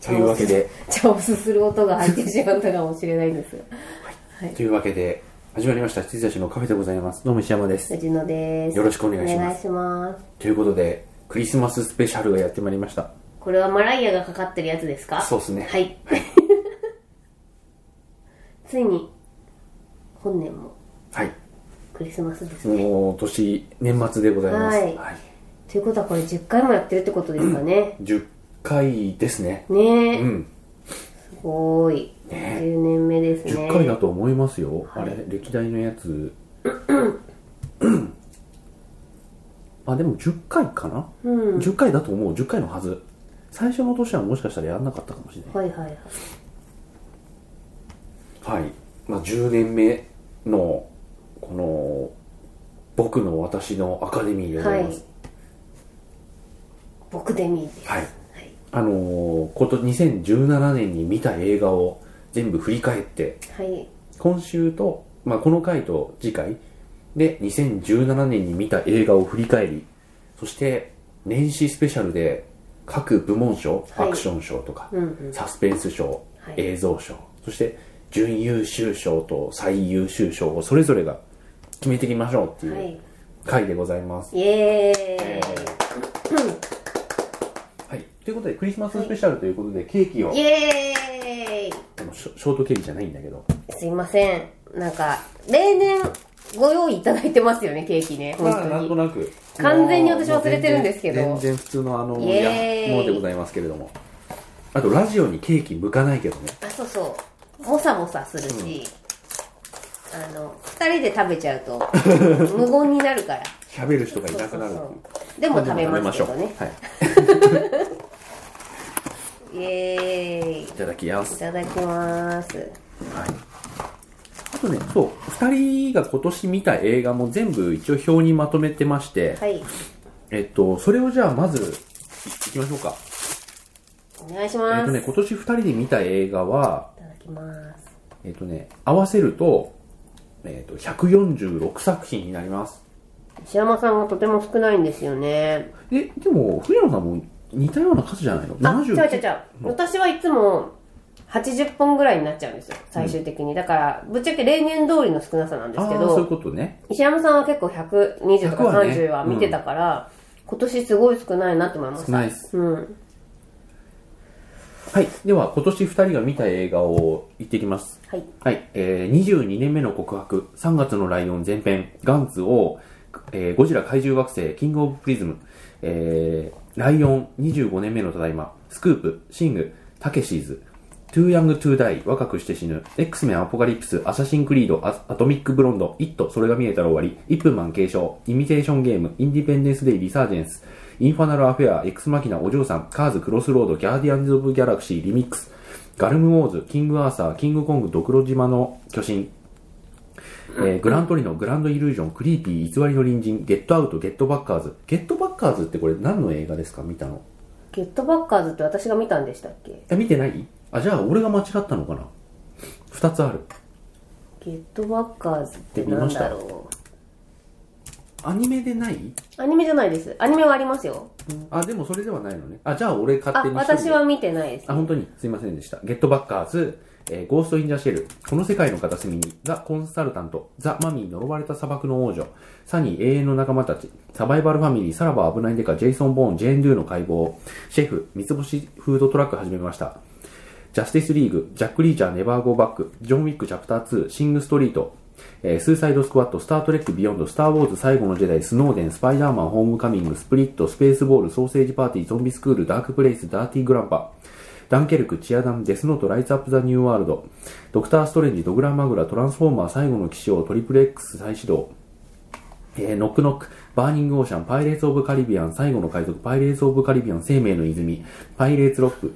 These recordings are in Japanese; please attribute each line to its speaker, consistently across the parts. Speaker 1: というわけで、
Speaker 2: 調子する音が入ってしまったかもしれないんですが。はい。
Speaker 1: というわけで、始まりました、羊たちのカフェでございます。どうも石山です。
Speaker 2: 藤野で す。
Speaker 1: よろしくお願いします
Speaker 2: お願いします。
Speaker 1: ということで、クリスマススペシャルがやってまいりました。
Speaker 2: これはマライアがかかってるやつですか
Speaker 1: そうっすね
Speaker 2: はい。 ついに、本年も
Speaker 1: はい。
Speaker 2: クリスマスですね。
Speaker 1: もう、年、年末でございます。
Speaker 2: はいということはこれ10回もやってるってことですかね。
Speaker 1: 10回ですね。
Speaker 2: ねえ、
Speaker 1: うん。
Speaker 2: すごーい。
Speaker 1: ね
Speaker 2: 10年目ですね。
Speaker 1: 10回だと思いますよ。あれ、歴代のやつ。 あ、でも10回かな、
Speaker 2: うん。
Speaker 1: ?10 回だと思う。10回のはず。最初の年はもしかしたらやんなかったかもしれない。
Speaker 2: はいはいはい。
Speaker 1: はい、まあ、10年目のこの僕の私のアカデミーでございます、
Speaker 2: 僕デミーです。
Speaker 1: はい
Speaker 2: い
Speaker 1: あのーこと2017年に見た映画を全部振り返って
Speaker 2: はい。
Speaker 1: 今週と、まあ、この回と次回で2017年に見た映画を振り返りそして年始スペシャルで各部門賞、
Speaker 2: はい
Speaker 1: アクション賞とか、
Speaker 2: うんうん
Speaker 1: サスペンス賞、
Speaker 2: はい
Speaker 1: 映像賞そして準優秀賞と最優秀賞をそれぞれが決めていきましょうって
Speaker 2: は
Speaker 1: いう
Speaker 2: い。
Speaker 1: 回でございます、
Speaker 2: イエ
Speaker 1: え
Speaker 2: ー
Speaker 1: はい、ということでクリスマススペシャルということでケーキを、
Speaker 2: イイエーイ
Speaker 1: あのショショートケーキじゃないんだけど
Speaker 2: すいません。なんか、例年ご用意いただいてますよね、ケーキね。本
Speaker 1: まあなんと
Speaker 2: 当
Speaker 1: な
Speaker 2: に。
Speaker 1: く
Speaker 2: 完全に私忘れてるんですけど
Speaker 1: もう全然全然普通のあの
Speaker 2: イエーイ
Speaker 1: いやものでございますけれどもあとラジオにケーキ向かないけどね
Speaker 2: あ、そうそう。もさもさするし、あの、二人で食べちゃうと、無言になる から。
Speaker 1: 喋る人がいなくなるっていう
Speaker 2: う。でも食べますけ
Speaker 1: で
Speaker 2: ど
Speaker 1: も
Speaker 2: ね
Speaker 1: 食。べましょうはい
Speaker 2: イエーイ。い
Speaker 1: いただきます
Speaker 2: ただきます。
Speaker 1: はい、あとね、そう、2人が今年見た映画も全部一応表にまとめてまして、
Speaker 2: はい。
Speaker 1: えっと、それをじゃあまず、いいきましょうか。
Speaker 2: お願いし
Speaker 1: えっ
Speaker 2: ま
Speaker 1: と
Speaker 2: す。い
Speaker 1: ね、今年2人で見た映画は、
Speaker 2: ただきます。
Speaker 1: えっとね、合わせると、えっと、146作品になります。
Speaker 2: 石山さんがとても少ないんですよね。
Speaker 1: え、でも、藤野さんも似たような数じゃないの
Speaker 2: あ、違う違う違
Speaker 1: う。
Speaker 2: う。私はいつも80本ぐらいになっちゃうんですよ、最終的に。だから、ぶっちゃけ例年通りの少なさなんで
Speaker 1: あ
Speaker 2: すけ
Speaker 1: ーそういう
Speaker 2: ど、
Speaker 1: ことね。
Speaker 2: 石山さんは結構120と
Speaker 1: 100
Speaker 2: か
Speaker 1: はね
Speaker 2: 30は見てたから、今年すごい少ないなって思いまし
Speaker 1: 少
Speaker 2: た。
Speaker 1: ないです。
Speaker 2: うん。
Speaker 1: はい。では、今年2人が見た映画を言ってきます。
Speaker 2: はい。
Speaker 1: はい、えー、22年目の告白、3月のライオン前編、ガンツ王、えーゴジラ怪獣惑星、キングオブプリズム、えー、ライオン25年目のただいま、スクープ、シング、タケシーズ、トゥーヤングトゥーダイ、若くして死ぬ、X メンアポカリプス、アサシンクリード、アアトミックブロンド、イット、それが見えたら終わり、1分マン継承、イミテーションゲーム、インディペンデンスデイ、リサージェンス、インファナルアフェア、エクスマキナ、お嬢さん、カーズ、クロスロード、ギャーディアンズ・オブ・ギャラクシー、リミックス、ガルムウォーズ、キングアーサー、キングコング、ドクロ島の巨神、えーグラントリノ、グランドイルージョン、クリーピー、偽りの隣人、ゲットアウト、ゲットバッカーズ。ゲットバッカーズってこれ何の映画ですか見たの。
Speaker 2: ゲットバッカーズって私が見たんでしたっけ
Speaker 1: え、見てないあ、じゃあ俺が間違ったのかな二つある。
Speaker 2: ゲットバッカーズってなんだろ。
Speaker 1: アニメでないう
Speaker 2: アニメじゃないです。アニメはありますよ。
Speaker 1: あ、でもそれではないのね。あ、じゃあ俺勝
Speaker 2: あ
Speaker 1: 手、に一人で
Speaker 2: 私は見てないです
Speaker 1: あ、。本当にすいませんでした。ゲットバッカーズ、えーゴースト・イン・ザ・シェル、この世界の片隅に、ザ・コンサルタント、ザ・マミー、呪われた砂漠の王女、サニー、永遠の仲間たち、サバイバルファミリー、さらば危ないデカ、ジェイソン・ボーン、ジェーン・ドゥの解剖、シェフ、三つ星フードトラック始めました。ジャスティスリーグ、ジャック・リーチャー、ネバー・ゴー・バック、ジョン・ウィック・チャプター2、シング・ストリート、えースーサイド・スクワット、スター・トレック・ビヨンド、スター・ウォーズ、最後のジェダイ、スノーデン、スパイダーマン、ホームカミング、スプリット、スペース・ボール、ソーセージ・パーティー、ゾンビ・スクール、ダーク・プレイス、ダーティー・グランパ、ダンケルク、チアダム、デスノート、ライツ・アップ・ザ・ニュー・ワールド、ドクター・ストレンジ、ドグラ・マグラ、トランスフォーマー、最後の騎士王、トリプル X 再始動、えーノックノック、バーニングオーシャン、パイレーツ・オブ・カリビアン、最後の海賊、パイレーツ・オブ・カリビアン、生命の泉、パイレーツ・ロック、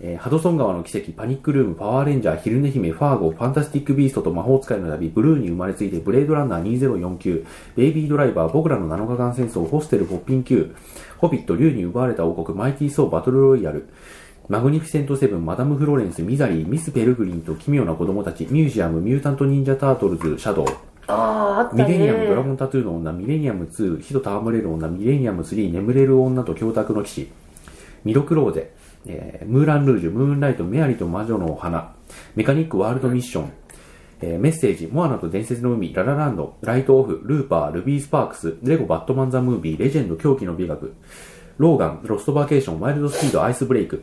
Speaker 1: えーハドソン川の奇跡、パニックルーム、パワーレンジャー、昼寝姫、ファーゴ、ファンタスティック・ビーストと魔法使いの旅、ブルーに生まれついて、ブレードランナー2049、ベイビードライバー、僕らの7日間戦争、ホステル、ポッピン Q、ホビット、竜に奪われた王国、マイティー・ソー、バトル・ロイヤル、マグニフィセント・セブン、マダム・フローレンス、ミザリー、ミス・ペルグリンと奇妙な子供たち、ミュージアム、ミュータント・ニンジャ・タートルズ、シャドウ、
Speaker 2: あー、あった
Speaker 1: ミレニアムドラ
Speaker 2: ね。
Speaker 1: ゴンタトゥーの女、ミレニアム2、火と戯れる女、ミレニアム3、眠れる女と教託の騎士、ミロクローゼ、えームーラン・ルージュ、ムーンライト、メアリと魔女の花、メカニック・ワールド・ミッション、えーメッセージ、モアナと伝説の海、ララランド、ライト・オフ、ルーパー、ルビー・スパークス、レゴ・バットマン・ザ・ムービー、レジェンド・狂気の美学、ローガン、ロスト・バーケーション、ワイルド・スピード、アイス・ブレイク、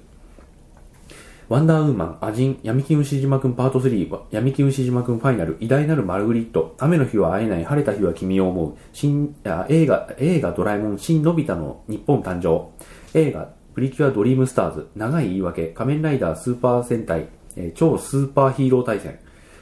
Speaker 1: ワンダーウーマン、アジン、闇金牛島くんパート3、わ闇金牛島くんファイナル、偉大なるマルグリット、雨の日は会えない、晴れた日は君を思う、新、あ映画、映画ドラえもん、新のび太の日本誕生、映画、プリキュアドリームスターズ、長い言い訳、仮面ライダースーパー戦隊、えー超スーパーヒーロー対戦、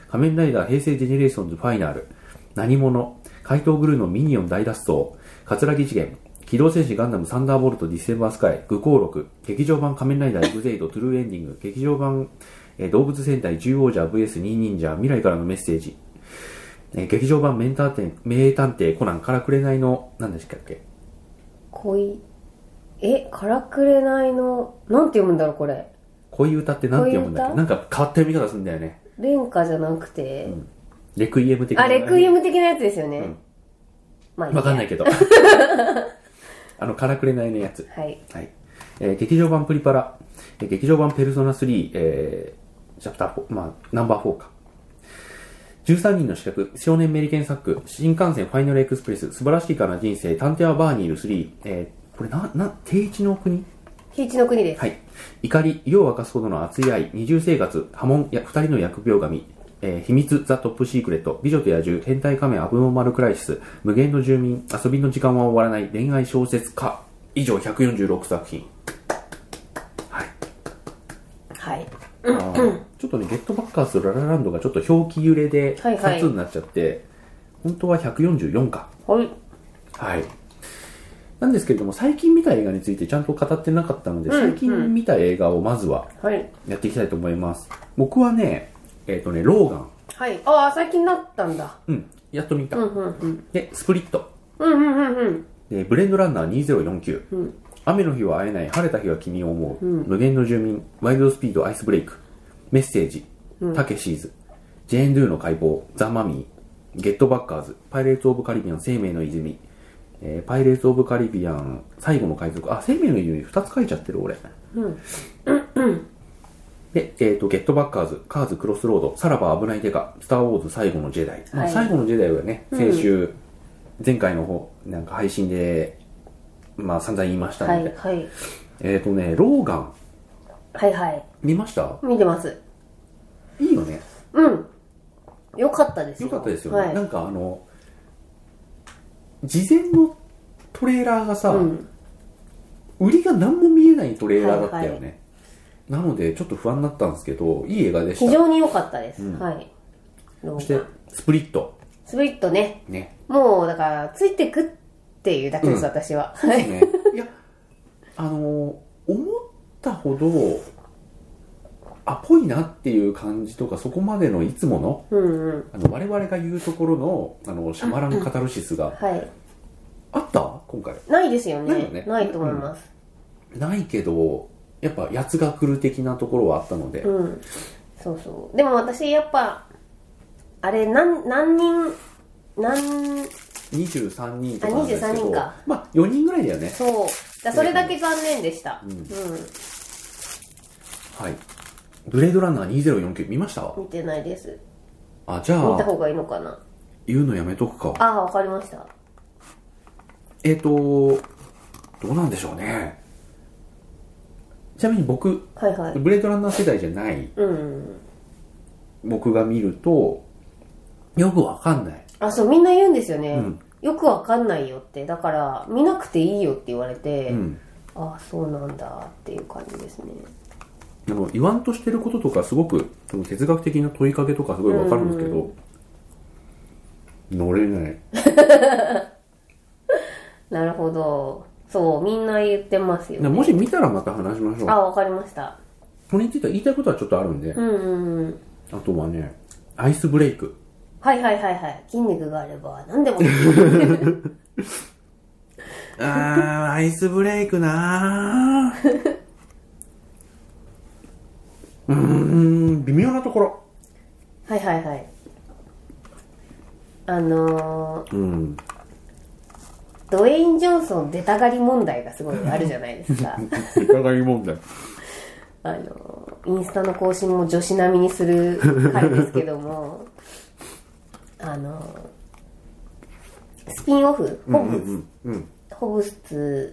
Speaker 1: 仮面ライダー平成ジェネレーションズファイナル、何者、怪盗グルーのミニオン大脱走、葛城次元、機動戦士ガンダムサンダーボルトディセンバースカイ、愚行録、劇場版仮面ライダーエグゼイドトゥルーエンディング、劇場版、えー動物戦隊獣王者 VS2 忍者未来からのメッセージ、えー劇場版名探偵名探偵コナンから紅の、何でしたっけ
Speaker 2: 恋えからくれないのなんて読むんだろうこれ
Speaker 1: 恋歌って何て読むんだっけ
Speaker 2: 恋歌
Speaker 1: なんか変わった読み方するんだよね。
Speaker 2: 廉価じゃなくて、
Speaker 1: レクイエム的な。
Speaker 2: あレクイエム的なやつですよね、
Speaker 1: ん
Speaker 2: まあ
Speaker 1: わかんないい けど。あの、からくれないのやつ。
Speaker 2: やはい
Speaker 1: はい。えー劇場版プリパラ、えー劇場版ペルソナ3、えーチャプター4、まあ、ナンバー4か。13人の資格、少年メリケンサック、新幹線ファイナルエクスプレス、素晴らしいかな人生、探偵はバーニール3、えーこれな、な、定一の国
Speaker 2: 非一の国です、
Speaker 1: はい。怒り、夜を明かすほどの熱い愛、二重生活、波紋、や二人の疫病神、えー秘密、ザ・トップシークレット、美女と野獣、変態仮面、アブノーマル・クライシス、無限の住民、遊びの時間は終わらない、恋愛小説家、以上146作品。はい。
Speaker 2: はい
Speaker 1: あーちょっとね、ゲットバッカーズとララランドがちょっと表記揺れで
Speaker 2: はいはい
Speaker 1: 2つになっちゃって、本当は144か。
Speaker 2: はい
Speaker 1: はい。なんですけれども、最近見た映画についてちゃんと語ってなかったので、
Speaker 2: うん
Speaker 1: 最近見た映画をまずは
Speaker 2: はい
Speaker 1: やっていきたいと思います。僕はね、えっ、とね、ローガン。
Speaker 2: はいああ最近なったんだ
Speaker 1: うん。やっと見た。
Speaker 2: うんうんうん
Speaker 1: で、スプリット。
Speaker 2: うんうんうんうん
Speaker 1: で、ブレンドランナー2049。
Speaker 2: ん
Speaker 1: 雨の日は会えない、晴れた日は君を思う。
Speaker 2: うん
Speaker 1: 無限の住民、ワイルドスピード、アイスブレイク。メッセージ、タケシーズ。ジェーン・ドゥの解剖、ザ・マミー。ゲット・バッカーズ、パイレーツ・オブ・カリビアン、生命の泉。えーパイレーツ・オブ・カリビアン、最後の海賊。あ、生命の泉2つ書いちゃってる、俺。で、えっ、と、ゲットバッカーズ、カーズクロスロード、さらば危ないデカ、スター・ウォーズ最後のジェダイ。まあ、
Speaker 2: はい
Speaker 1: 最後のジェダイはね、先週、前回の方、なんか配信で、まあ散々言いました
Speaker 2: は
Speaker 1: の
Speaker 2: い
Speaker 1: で。
Speaker 2: はい
Speaker 1: えっ、とね、ローガン、
Speaker 2: はいはい
Speaker 1: 見ました
Speaker 2: 見てます
Speaker 1: いいよね。
Speaker 2: うんよかったです
Speaker 1: よかったですよね。
Speaker 2: はい
Speaker 1: なんかあの、事前のトレーラーがさ、
Speaker 2: うん
Speaker 1: 売りが何も見えないトレーラーだったよね。
Speaker 2: はいは
Speaker 1: なので、ちょっと不安になったんですけど、いい映画で
Speaker 2: 非
Speaker 1: した。
Speaker 2: 常に良かったです、
Speaker 1: うん
Speaker 2: はいロ
Speaker 1: そして
Speaker 2: ーガン、
Speaker 1: スプリット。
Speaker 2: スプリットね
Speaker 1: ね。
Speaker 2: もうだからついてくっていうだけです、
Speaker 1: うん
Speaker 2: 私は
Speaker 1: そう
Speaker 2: は
Speaker 1: です
Speaker 2: い
Speaker 1: ね。いや、あのー思ったほど、あ、ぽいなっていう感じとか、そこまでのいつもの、
Speaker 2: うんうん
Speaker 1: あの我々が言うところの、あの、シャマランカタルシスが、
Speaker 2: はい
Speaker 1: あった今回。
Speaker 2: ないですよね
Speaker 1: ないよね
Speaker 2: ないと思います
Speaker 1: ないけど、やっぱ、やつが来る的なところはあったので
Speaker 2: う、ん、そうそうでも私やっぱあれ何何人何
Speaker 1: 23人とか
Speaker 2: あ
Speaker 1: なんですけ
Speaker 2: 23
Speaker 1: ど
Speaker 2: 人か、
Speaker 1: まあ、4人ぐらいだよね。
Speaker 2: そうだそれだけ残念でした
Speaker 1: う
Speaker 2: うんん、
Speaker 1: はい。ブレードランナー2049見ました
Speaker 2: 見てないです
Speaker 1: あ、じゃ
Speaker 2: 見た
Speaker 1: あ、
Speaker 2: 方がいいのかな
Speaker 1: 言うのやめとくか。
Speaker 2: ああわかりました
Speaker 1: えっ、と、どうなんでしょうね。ちなみに僕、
Speaker 2: はいはい
Speaker 1: ブレードランナー世代じゃない
Speaker 2: うん
Speaker 1: 僕が見ると、よくわかんない。
Speaker 2: あそうみんな言うんですよね、
Speaker 1: うん
Speaker 2: よくわかんないよってだから見なくていいよって言われて、
Speaker 1: うん。
Speaker 2: ああそうなんだっていう感じですね
Speaker 1: あの、言わんとしてることとか、すごく、その哲学的な問いかけとかすごいわかるんですけど、乗れない。
Speaker 2: なるほどそうみんな言ってますよ、
Speaker 1: で
Speaker 2: ね、
Speaker 1: もし見たらまた話しましょう。
Speaker 2: あわかりました
Speaker 1: これについては言いたいことはちょっとあるんで、
Speaker 2: うんうんうん
Speaker 1: あとはね、アイスブレイク。
Speaker 2: はいはいはいはい筋肉があれば何でも
Speaker 1: あー、アイスブレイクなー。うーん、微妙なところ。
Speaker 2: はいはいはいあのー、
Speaker 1: うん。
Speaker 2: ドウェイン・ジョンソン出たがり問題がすごいあるじゃないですか
Speaker 1: 疑い問題。
Speaker 2: あの、インスタの更新も女子並みにする彼ですけども、あの、スピンオフ、ホブス、ホブス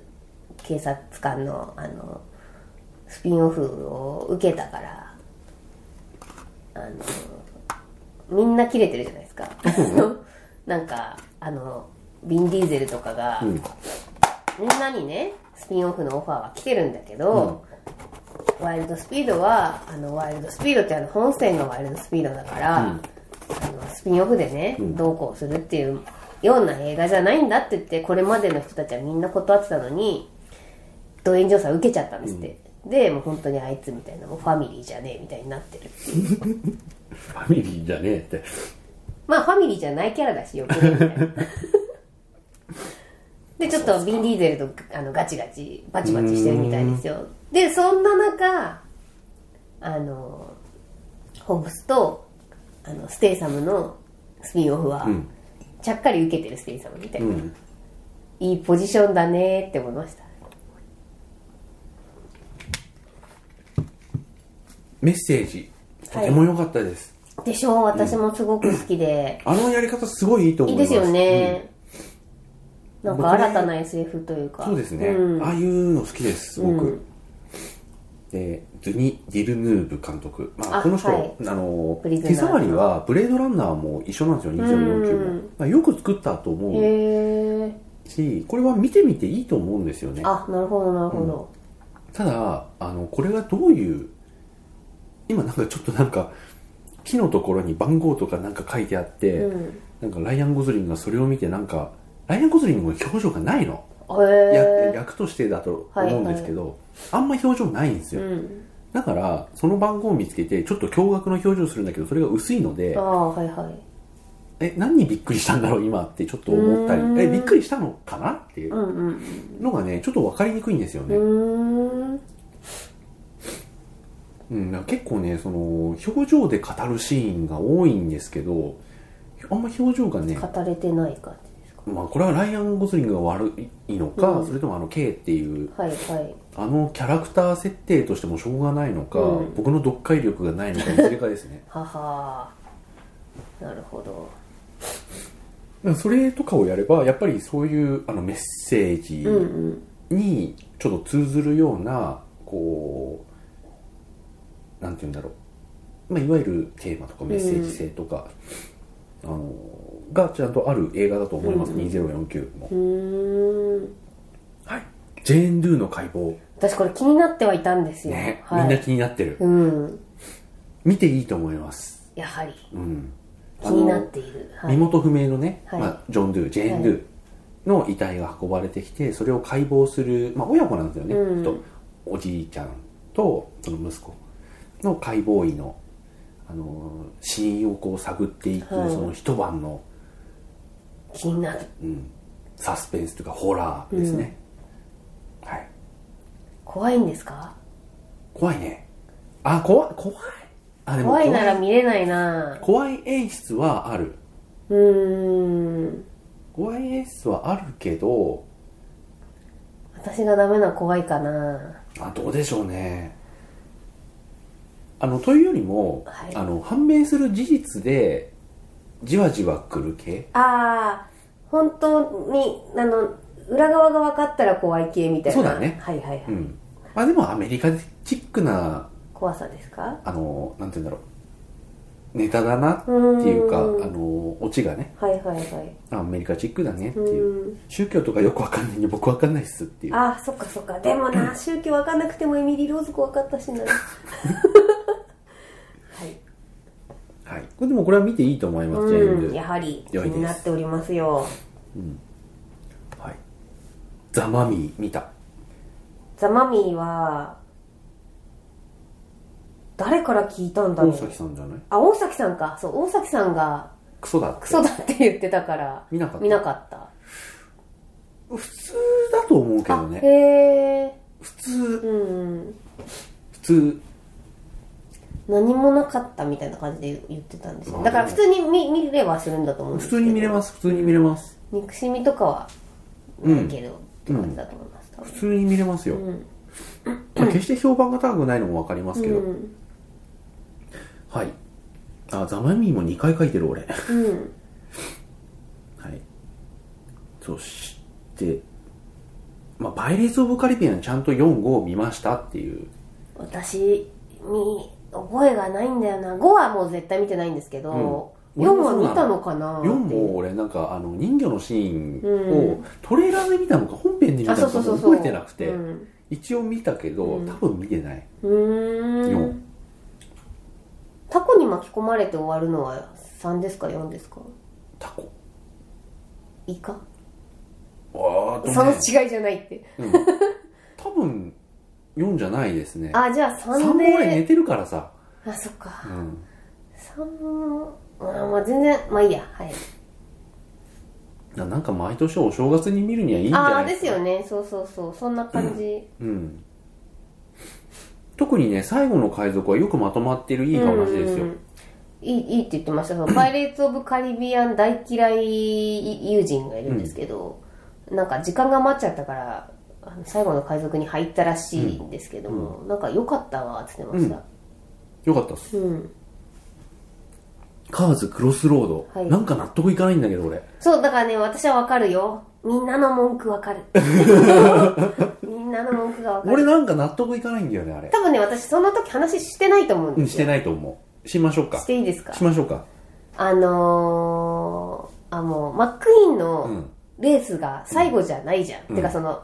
Speaker 2: 警察官の、あの、スピンオフを受けたから、あの、みんな切れてるじゃないですか。 なんか、あの、ビン・ディーゼルとかが、みんなにね、スピンオフのオファーは来てるんだけど、ワイルドスピードは、あの、ワイルドスピードってあの、本線がワイルドスピードだから、あのスピンオフでね、どうこうするっていうような映画じゃないんだって言って、これまでの人たちはみんな断ってたのに、動員調査受けちゃったんですって。で、もう本当にあいつみたいな、もうファミリーじゃねえみたいになってる。
Speaker 1: ファミリーじゃねえって。
Speaker 2: まあファミリーじゃないキャラだし余計みたい なでちょっとビン・ディーゼルとあのガチガチバチバチしてるみたいですよでそんな中あのホブスとあのステイサムのスピンオフは、ちゃっかり受けてるステイサムみたいな、
Speaker 1: うん
Speaker 2: いいポジションだねって思いました
Speaker 1: メッセージ、と
Speaker 2: はい
Speaker 1: ても良かったです。
Speaker 2: でしょう私もすごく好きで、
Speaker 1: あのやり方すごいいいと思
Speaker 2: い
Speaker 1: い
Speaker 2: い
Speaker 1: ま。
Speaker 2: ですすよね、なんか
Speaker 1: 僕ね
Speaker 2: 新たな SF というか
Speaker 1: そうですね、
Speaker 2: ん
Speaker 1: ああいうの好きですすごく、
Speaker 2: うん
Speaker 1: でドゥニ・ディルヌーブ監督、まあ、
Speaker 2: あ
Speaker 1: この人、
Speaker 2: はい
Speaker 1: あの
Speaker 2: プリズナー
Speaker 1: 手触りはブレードランナーも一緒なんですよ2049
Speaker 2: う
Speaker 1: も、まあ、よく作ったと
Speaker 2: へ
Speaker 1: 思う
Speaker 2: え
Speaker 1: しこれは見てみていいと思うんですよね
Speaker 2: あなるほどなるほど、
Speaker 1: ただあのこれがどういう今なんかちょっとなんか木のところに番号とかなんか書いてあって、
Speaker 2: うん
Speaker 1: なんかライアン・ゴズリングがそれを見てなんかライアン・ゴズリングの表情がないの、
Speaker 2: へ
Speaker 1: や
Speaker 2: え
Speaker 1: 役としてだと思うんですけど、あんま表情ないんですよ、
Speaker 2: うん、
Speaker 1: だから、その番号を見つけて、ちょっと驚愕の表情するんだけど、それが薄いので
Speaker 2: あ、あはいはい
Speaker 1: え、何にびっくりしたんだろう、今ってちょっと思った
Speaker 2: うーん
Speaker 1: り、え、びっくりしたのかなっていううん
Speaker 2: うん
Speaker 1: のがね、ちょっと分かりにくいんですよ
Speaker 2: う
Speaker 1: ね。
Speaker 2: んうーん
Speaker 1: うん、だから結構ね、その、表情で語るシーンが多いんですけど、あんま表情がね、
Speaker 2: 語れてない感じですか
Speaker 1: まあ、これはライアン・ゴズリングが悪いのか、
Speaker 2: うん
Speaker 1: それともあの、K っていう、
Speaker 2: はいはい
Speaker 1: あのキャラクター設定としてもしょうがないのか、
Speaker 2: うん
Speaker 1: 僕の読解力がないのか、いずれかですね。
Speaker 2: ははなるほど
Speaker 1: だからそれとかをやればやっぱりそういうあのメッセージ
Speaker 2: うんうん
Speaker 1: にちょっと通ずるようなこうなんて言うんだろう、まあ、いわゆるテーマとかメッセージ性とか、あのがちゃんとある映画だと思います、
Speaker 2: うん
Speaker 1: 2049も、
Speaker 2: うーん
Speaker 1: はい、ジェーン・ドゥの解剖
Speaker 2: 私これ気になってはいたんですよ、
Speaker 1: ね、
Speaker 2: はい、
Speaker 1: みんな気になってる、
Speaker 2: うん
Speaker 1: 見ていいと思います、
Speaker 2: やはり
Speaker 1: うん、
Speaker 2: 気になっているは
Speaker 1: 身
Speaker 2: い
Speaker 1: 元不明のね、
Speaker 2: はい
Speaker 1: まあ、ジョン・ドゥジェーン・ドゥの遺体が運ばれてきてそれを解剖する、まあ、親子なんですよね、
Speaker 2: うん
Speaker 1: とおじいちゃんとその息子の解剖医の、あのー死因をこう探っていく、
Speaker 2: はい
Speaker 1: その一晩の、
Speaker 2: 気になる
Speaker 1: うん、サスペンスというかホラーですね、はい
Speaker 2: 怖いんですか
Speaker 1: 怖いねあ怖い怖いあでも
Speaker 2: 怖いなら
Speaker 1: 怖い
Speaker 2: 見れないな
Speaker 1: 怖い演出はある
Speaker 2: うーん
Speaker 1: 怖い演出はあるけど
Speaker 2: 私がダメな怖いかな
Speaker 1: あどうでしょうねあのというよりも、
Speaker 2: はい
Speaker 1: あの判明する事実でじわじわ来る系
Speaker 2: ああ本当にあの裏側が分かったら怖い系みたい
Speaker 1: そ
Speaker 2: な
Speaker 1: うだね
Speaker 2: はいはいはい、
Speaker 1: うんまあでもアメリカチックな
Speaker 2: 怖さですか
Speaker 1: あのなんて言うんだろうネタだなって
Speaker 2: うん
Speaker 1: いうか
Speaker 2: は
Speaker 1: あのオチがね
Speaker 2: いはいはい
Speaker 1: あアメリカチックだねっていう
Speaker 2: うん
Speaker 1: 宗教とかよくわかんないんで僕わかんないっすっていう
Speaker 2: あーそっかそっかでもな宗教分かんなくてもエミリー・ローズ子分かったし なはい
Speaker 1: はいでもこれは見ていいと思いますジェーン
Speaker 2: う
Speaker 1: ル
Speaker 2: んやはり気
Speaker 1: 良いです
Speaker 2: になっておりますよ
Speaker 1: はいザ・マミー見た
Speaker 2: ザ・マミーは誰から聞いたんだろ
Speaker 1: 大
Speaker 2: う
Speaker 1: 崎さんじゃない
Speaker 2: あ大崎さんかそう大崎さんが
Speaker 1: クソだって
Speaker 2: クソだって言ってたから
Speaker 1: 見なかった
Speaker 2: 見なかった
Speaker 1: 普通だと思うけどね
Speaker 2: あへえ
Speaker 1: 普通
Speaker 2: うん
Speaker 1: 普通
Speaker 2: 何もなかったみたいな感じで言ってたんですよ
Speaker 1: まあ
Speaker 2: だから普通に見見れはするんだと思うんで
Speaker 1: 普
Speaker 2: すけど
Speaker 1: 通に見れます普通に見れます
Speaker 2: 憎しみとかはないけど、って感じだと思います、多分
Speaker 1: 普通に見れますよ、まあ、決して評判が高くないのもわかりますけど、
Speaker 2: うん
Speaker 1: はい。あ、ザマミーも2回書いてる俺。 は
Speaker 2: うん
Speaker 1: い。そして、まあ、パイレーツ・オブ・カリビアンちゃんと4、5を見ましたっていう。
Speaker 2: 私に覚えがないんだよな5はもう絶対見てないんですけど、
Speaker 1: うん
Speaker 2: 4は見たのかなってい
Speaker 1: 4
Speaker 2: う
Speaker 1: も俺なんかあの人魚のシーン
Speaker 2: う
Speaker 1: をトレーラーで見たのか本編で見た
Speaker 2: あそ
Speaker 1: の
Speaker 2: うそ
Speaker 1: かも
Speaker 2: うそうそう
Speaker 1: 覚えてなくて、
Speaker 2: うん
Speaker 1: 一応見たけど、
Speaker 2: うん
Speaker 1: 多分見てない。
Speaker 2: うーん
Speaker 1: 四
Speaker 2: タコに巻き込まれて終わるのは3ですか4ですか
Speaker 1: タコ。
Speaker 2: イカ
Speaker 1: わーっとね
Speaker 2: その違いじゃないって
Speaker 1: うん、多分4じゃないですね
Speaker 2: あじゃあ
Speaker 1: 3
Speaker 2: 3
Speaker 1: ぐらい寝
Speaker 2: で
Speaker 1: てるからさ、
Speaker 2: あそっか
Speaker 1: うん、
Speaker 2: 3あまあ全然まあいいやはい
Speaker 1: ななんか毎年お正月に見るにはいいんじゃ
Speaker 2: あ
Speaker 1: な
Speaker 2: あ
Speaker 1: い
Speaker 2: ー
Speaker 1: で
Speaker 2: ですす
Speaker 1: か
Speaker 2: よねそうそうそうそんな感じ
Speaker 1: うん、特にね最後の海賊はよくまとまってるいい話ですよ
Speaker 2: うんいいいいって言ってました そのパイレーツ・オブ・カリビアン大嫌い友人がいるんですけど、なんか時間が余っちゃったからあの最後の海賊に入ったらしいんですけども、なんか良かったわって言ってました、
Speaker 1: よかったっす
Speaker 2: うん、
Speaker 1: カーズクロスロード、
Speaker 2: はい
Speaker 1: なんか納得いかないんだけど俺
Speaker 2: そう、だからね、私はわかるよ。みんなの文句わかる。 みんなの文句がわか
Speaker 1: 俺
Speaker 2: る。
Speaker 1: なんか納得いかないんだよねあれ
Speaker 2: 多分ね、私そんな時話してないと思うん
Speaker 1: うん
Speaker 2: で
Speaker 1: し
Speaker 2: すよ。
Speaker 1: てないと思うしましょうか
Speaker 2: し
Speaker 1: して
Speaker 2: いいですか
Speaker 1: ましょうか
Speaker 2: あのー、あ、もう、マックイーン
Speaker 1: う
Speaker 2: の
Speaker 1: ん
Speaker 2: レースが最後じゃないじゃん。
Speaker 1: うん
Speaker 2: てかその、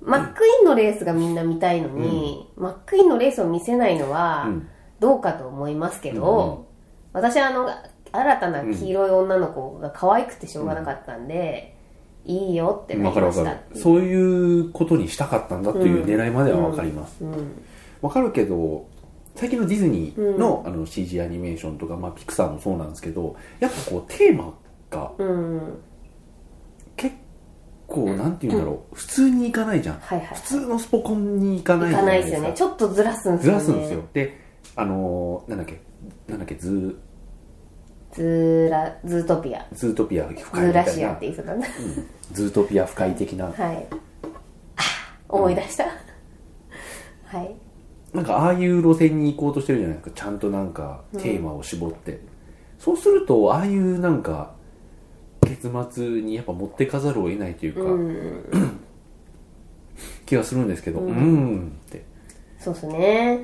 Speaker 2: マックイーンのレースがみんな見たいのに、マックイーンのレースを見せないのは
Speaker 1: うん
Speaker 2: どうかと思いますけど、私はあの、新たな黄色い女の子が可愛くてしょうがなかったんで、いいよってな
Speaker 1: わか
Speaker 2: り
Speaker 1: る
Speaker 2: ま
Speaker 1: わ
Speaker 2: し
Speaker 1: か
Speaker 2: たっていう
Speaker 1: るそういうことにしたかったんだという狙いまではわかります、
Speaker 2: うん
Speaker 1: わかるけど最近のディズニーの,、あの CG アニメーションとか、まあ、ピクサーもそうなんですけどやっぱこうテーマが
Speaker 2: うん
Speaker 1: 結構なんて言うんだろう、普通にいかないじゃん
Speaker 2: はいはい
Speaker 1: 普通のスポコンにいかない
Speaker 2: 行
Speaker 1: じゃ
Speaker 2: か
Speaker 1: な
Speaker 2: ない
Speaker 1: い
Speaker 2: で
Speaker 1: ですす
Speaker 2: よ
Speaker 1: か
Speaker 2: ねちょっとずらすんです
Speaker 1: ず
Speaker 2: よ
Speaker 1: ら
Speaker 2: ね
Speaker 1: すんですよであのーなんだっけなんだっけズー
Speaker 2: ずらズートピア
Speaker 1: ズートピア不
Speaker 2: ズ
Speaker 1: 快み
Speaker 2: ー
Speaker 1: た
Speaker 2: ラ
Speaker 1: い
Speaker 2: シア
Speaker 1: な
Speaker 2: って言いそうだな
Speaker 1: ズートピア不快的な
Speaker 2: はいあ思い出したはい
Speaker 1: なんかああいう路線に行こうとしてるじゃないですかちゃんとなんかテーマを絞って、そうするとああいうなんか結末にやっぱ持ってかざるを得ないというか、
Speaker 2: うん
Speaker 1: 気がするんですけど、うん、んって
Speaker 2: そうっすね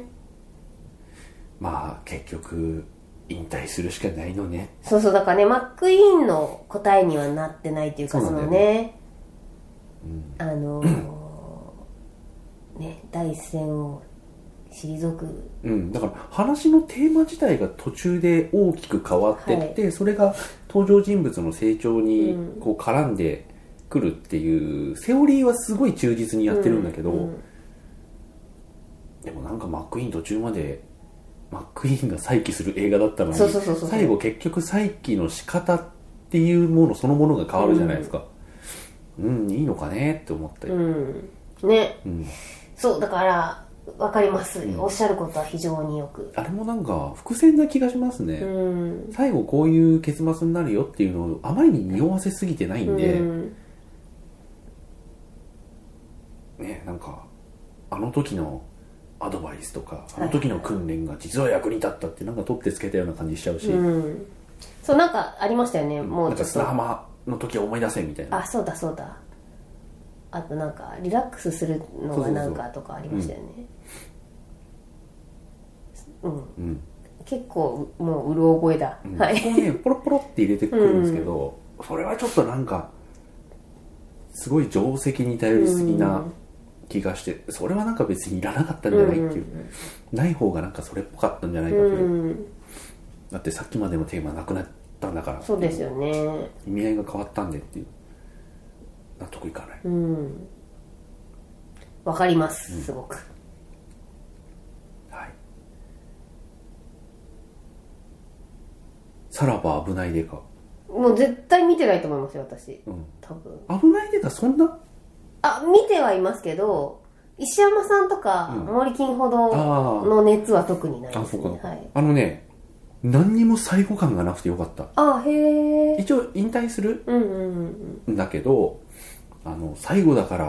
Speaker 1: まあ結局引退するしかないのね
Speaker 2: そうそうだからねマックイーンの答えにはなってないというか
Speaker 1: そう
Speaker 2: そ
Speaker 1: なんだ
Speaker 2: の
Speaker 1: よ
Speaker 2: ねあのーね第一線を退く
Speaker 1: うん、だから話のテーマ自体が途中で大きく変わってって、それが登場人物の成長にこう絡んでくるっていうセオリーはすごい忠実にやってるんだけど、
Speaker 2: うん
Speaker 1: でもなんかマックイーン途中までマックイーンが再起する映画だったのに
Speaker 2: そうそうそうそう
Speaker 1: 最後結局再起の仕方っていうものそのものが変わるじゃないですかうん、いいのかねって思って、
Speaker 2: うんね、
Speaker 1: ん
Speaker 2: そうだからわかります、おっしゃることは非常によく
Speaker 1: あれもなんか伏線な気がしますね、
Speaker 2: うん
Speaker 1: 最後こういう結末になるよっていうのをあまりに匂わせすぎてないんで、
Speaker 2: うん
Speaker 1: ねなんかあの時のアドバイスとかあの時の訓練が実は役に立ったってなんか取ってつけたような感じしちゃうし、
Speaker 2: うんそうなんかありましたよね、も
Speaker 1: な
Speaker 2: うんち
Speaker 1: か
Speaker 2: ょっ
Speaker 1: 砂
Speaker 2: と
Speaker 1: 浜の時を思い出せみたいな
Speaker 2: あそうだそうだあとなんかリラックスするのがなんかとかありましたよねうん、
Speaker 1: ん
Speaker 2: 結構もううろ覚えだ、
Speaker 1: うん
Speaker 2: はい
Speaker 1: そこをねポロポロって入れてくるんですけど、それはちょっとなんかすごい定石に頼りすぎな気がして、それはなんか別にいらなかったんじゃないっていう、ない方がなんかそれっぽかったんじゃないかという、
Speaker 2: うん
Speaker 1: だってさっきまでのテーマなくなったんだから
Speaker 2: そうですよね
Speaker 1: 意味合いが変わったんでっていう納得いかない、
Speaker 2: うんわかりますすごく、
Speaker 1: はいさらば危ないでか、
Speaker 2: もう絶対見てないと思いますよ私
Speaker 1: うん、
Speaker 2: 多分
Speaker 1: 危ないでかそんな
Speaker 2: あ見てはいますけど石山さんとか森金ほどの熱は特にない
Speaker 1: あ
Speaker 2: です
Speaker 1: そうか
Speaker 2: ね、はい、
Speaker 1: あのね何にも最後感がなくてよかった
Speaker 2: あへえ
Speaker 1: 一応引退する
Speaker 2: うんうんうん
Speaker 1: んだけどあの最後だから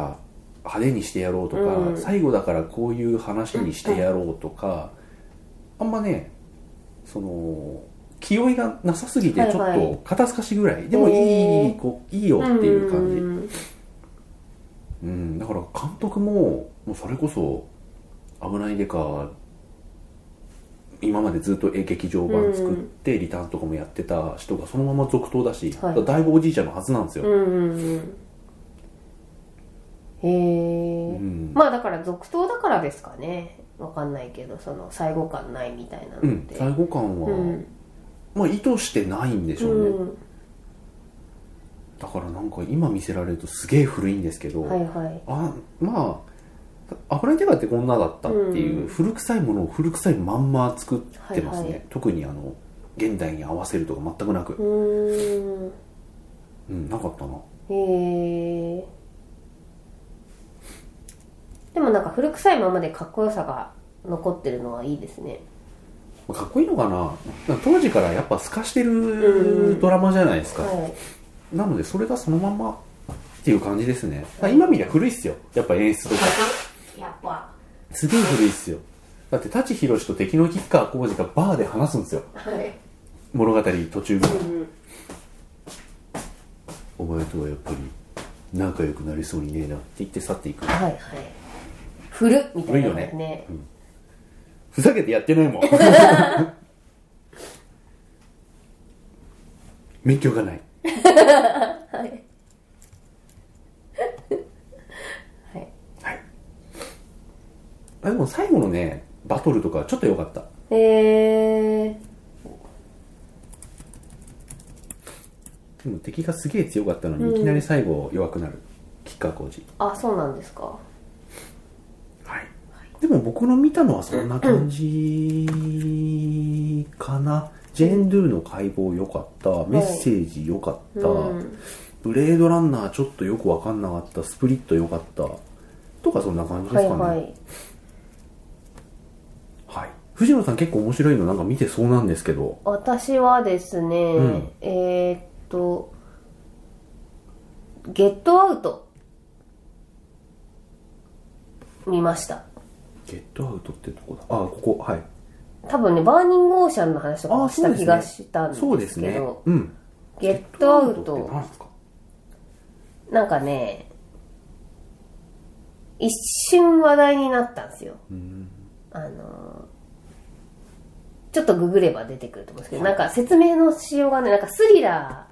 Speaker 1: 派手にしてやろうとか、
Speaker 2: うん
Speaker 1: 最後だからこういう話にしてやろうとか、あんまねその気負いがなさすぎて
Speaker 2: はい
Speaker 1: ちょ
Speaker 2: は
Speaker 1: っ
Speaker 2: い
Speaker 1: と肩透かしぐらい、でもい
Speaker 2: へ
Speaker 1: い
Speaker 2: ー
Speaker 1: こういいよっていう感じ、
Speaker 2: うん
Speaker 1: うん、だから監督ももうそれこそ「危ないでか」今までずっと劇場版作って、リターンとかもやってた人がそのまま続投だし、
Speaker 2: はい
Speaker 1: だからだいぶおじいちゃんのはずなんですよ、
Speaker 2: うんうんうんへえ、
Speaker 1: うん
Speaker 2: まあだから続投だからですかねわかんないけどその最後感ないみたいなのっ
Speaker 1: うん、
Speaker 2: て、
Speaker 1: 最後感は、
Speaker 2: うん
Speaker 1: まあ意図してないんでしょうね、
Speaker 2: うん
Speaker 1: だからなんか今見せられるとすげえ古いんですけど、
Speaker 2: はいはい
Speaker 1: あまあ危ない手がってこんなだったっていう、
Speaker 2: うん
Speaker 1: 古臭いものを古臭いまんま作ってますね、
Speaker 2: はいはい
Speaker 1: 特にあの現代に合わせるとか全くなく、
Speaker 2: うーん
Speaker 1: うん、なかったな
Speaker 2: へえでもなんか古臭いままでかっこよさが残ってるのはいいですね
Speaker 1: かっこいいのかな当時からやっぱ透かしてるドラマじゃないですか、
Speaker 2: はい
Speaker 1: なのでそれがそのまんまっていう感じですねだから今見りゃ古いっすよやっぱ演出とか
Speaker 2: やっぱ
Speaker 1: すげえ古いっすよだって舘ひろしと敵の吉川浩司がバーで話すんですよ
Speaker 2: はい
Speaker 1: 物語途中ぐらい
Speaker 2: うん
Speaker 1: お前とはやっぱり仲良くなりそうにねえなって言って去っていく
Speaker 2: はいはい古っみたいなのが
Speaker 1: 古いよふざけてやってないもん 免許がない
Speaker 2: はい
Speaker 1: はいあでも最後のねバトルとかちょっと良かった
Speaker 2: えー、
Speaker 1: でも敵がすげえ強かったのに、いきなり最後弱くなる吉川浩司
Speaker 2: あそうなんですか
Speaker 1: はいでも僕の見たのはそんな感じかなジェーン・ドゥの解剖良かったメッセージ良かった、
Speaker 2: うん
Speaker 1: ブレードランナーちょっとよく分かんなかったスプリット良かったとかそんな感じで
Speaker 2: は
Speaker 1: す
Speaker 2: い
Speaker 1: かね
Speaker 2: は
Speaker 1: はい、
Speaker 2: い
Speaker 1: 藤野さん結構面白いのなんか見てそうなんですけど
Speaker 2: 私はですね、
Speaker 1: ん
Speaker 2: えー、っとゲットアウト見ました
Speaker 1: ゲットアウトってとこだあここはい
Speaker 2: 多分ねバーニングオーシャンの話とか
Speaker 1: あ
Speaker 2: も
Speaker 1: あ
Speaker 2: し
Speaker 1: そう
Speaker 2: た
Speaker 1: です
Speaker 2: 気
Speaker 1: ね
Speaker 2: がしたんですけど
Speaker 1: そうですねうん
Speaker 2: ゲットア
Speaker 1: ゲ
Speaker 2: ウ
Speaker 1: ッって
Speaker 2: ト
Speaker 1: 何ですか
Speaker 2: なんかね一瞬話題になったんですよ、あのちょっとググれば出てくると思うんですけど、
Speaker 1: はい
Speaker 2: なんか説明のしようがねなんかスリラ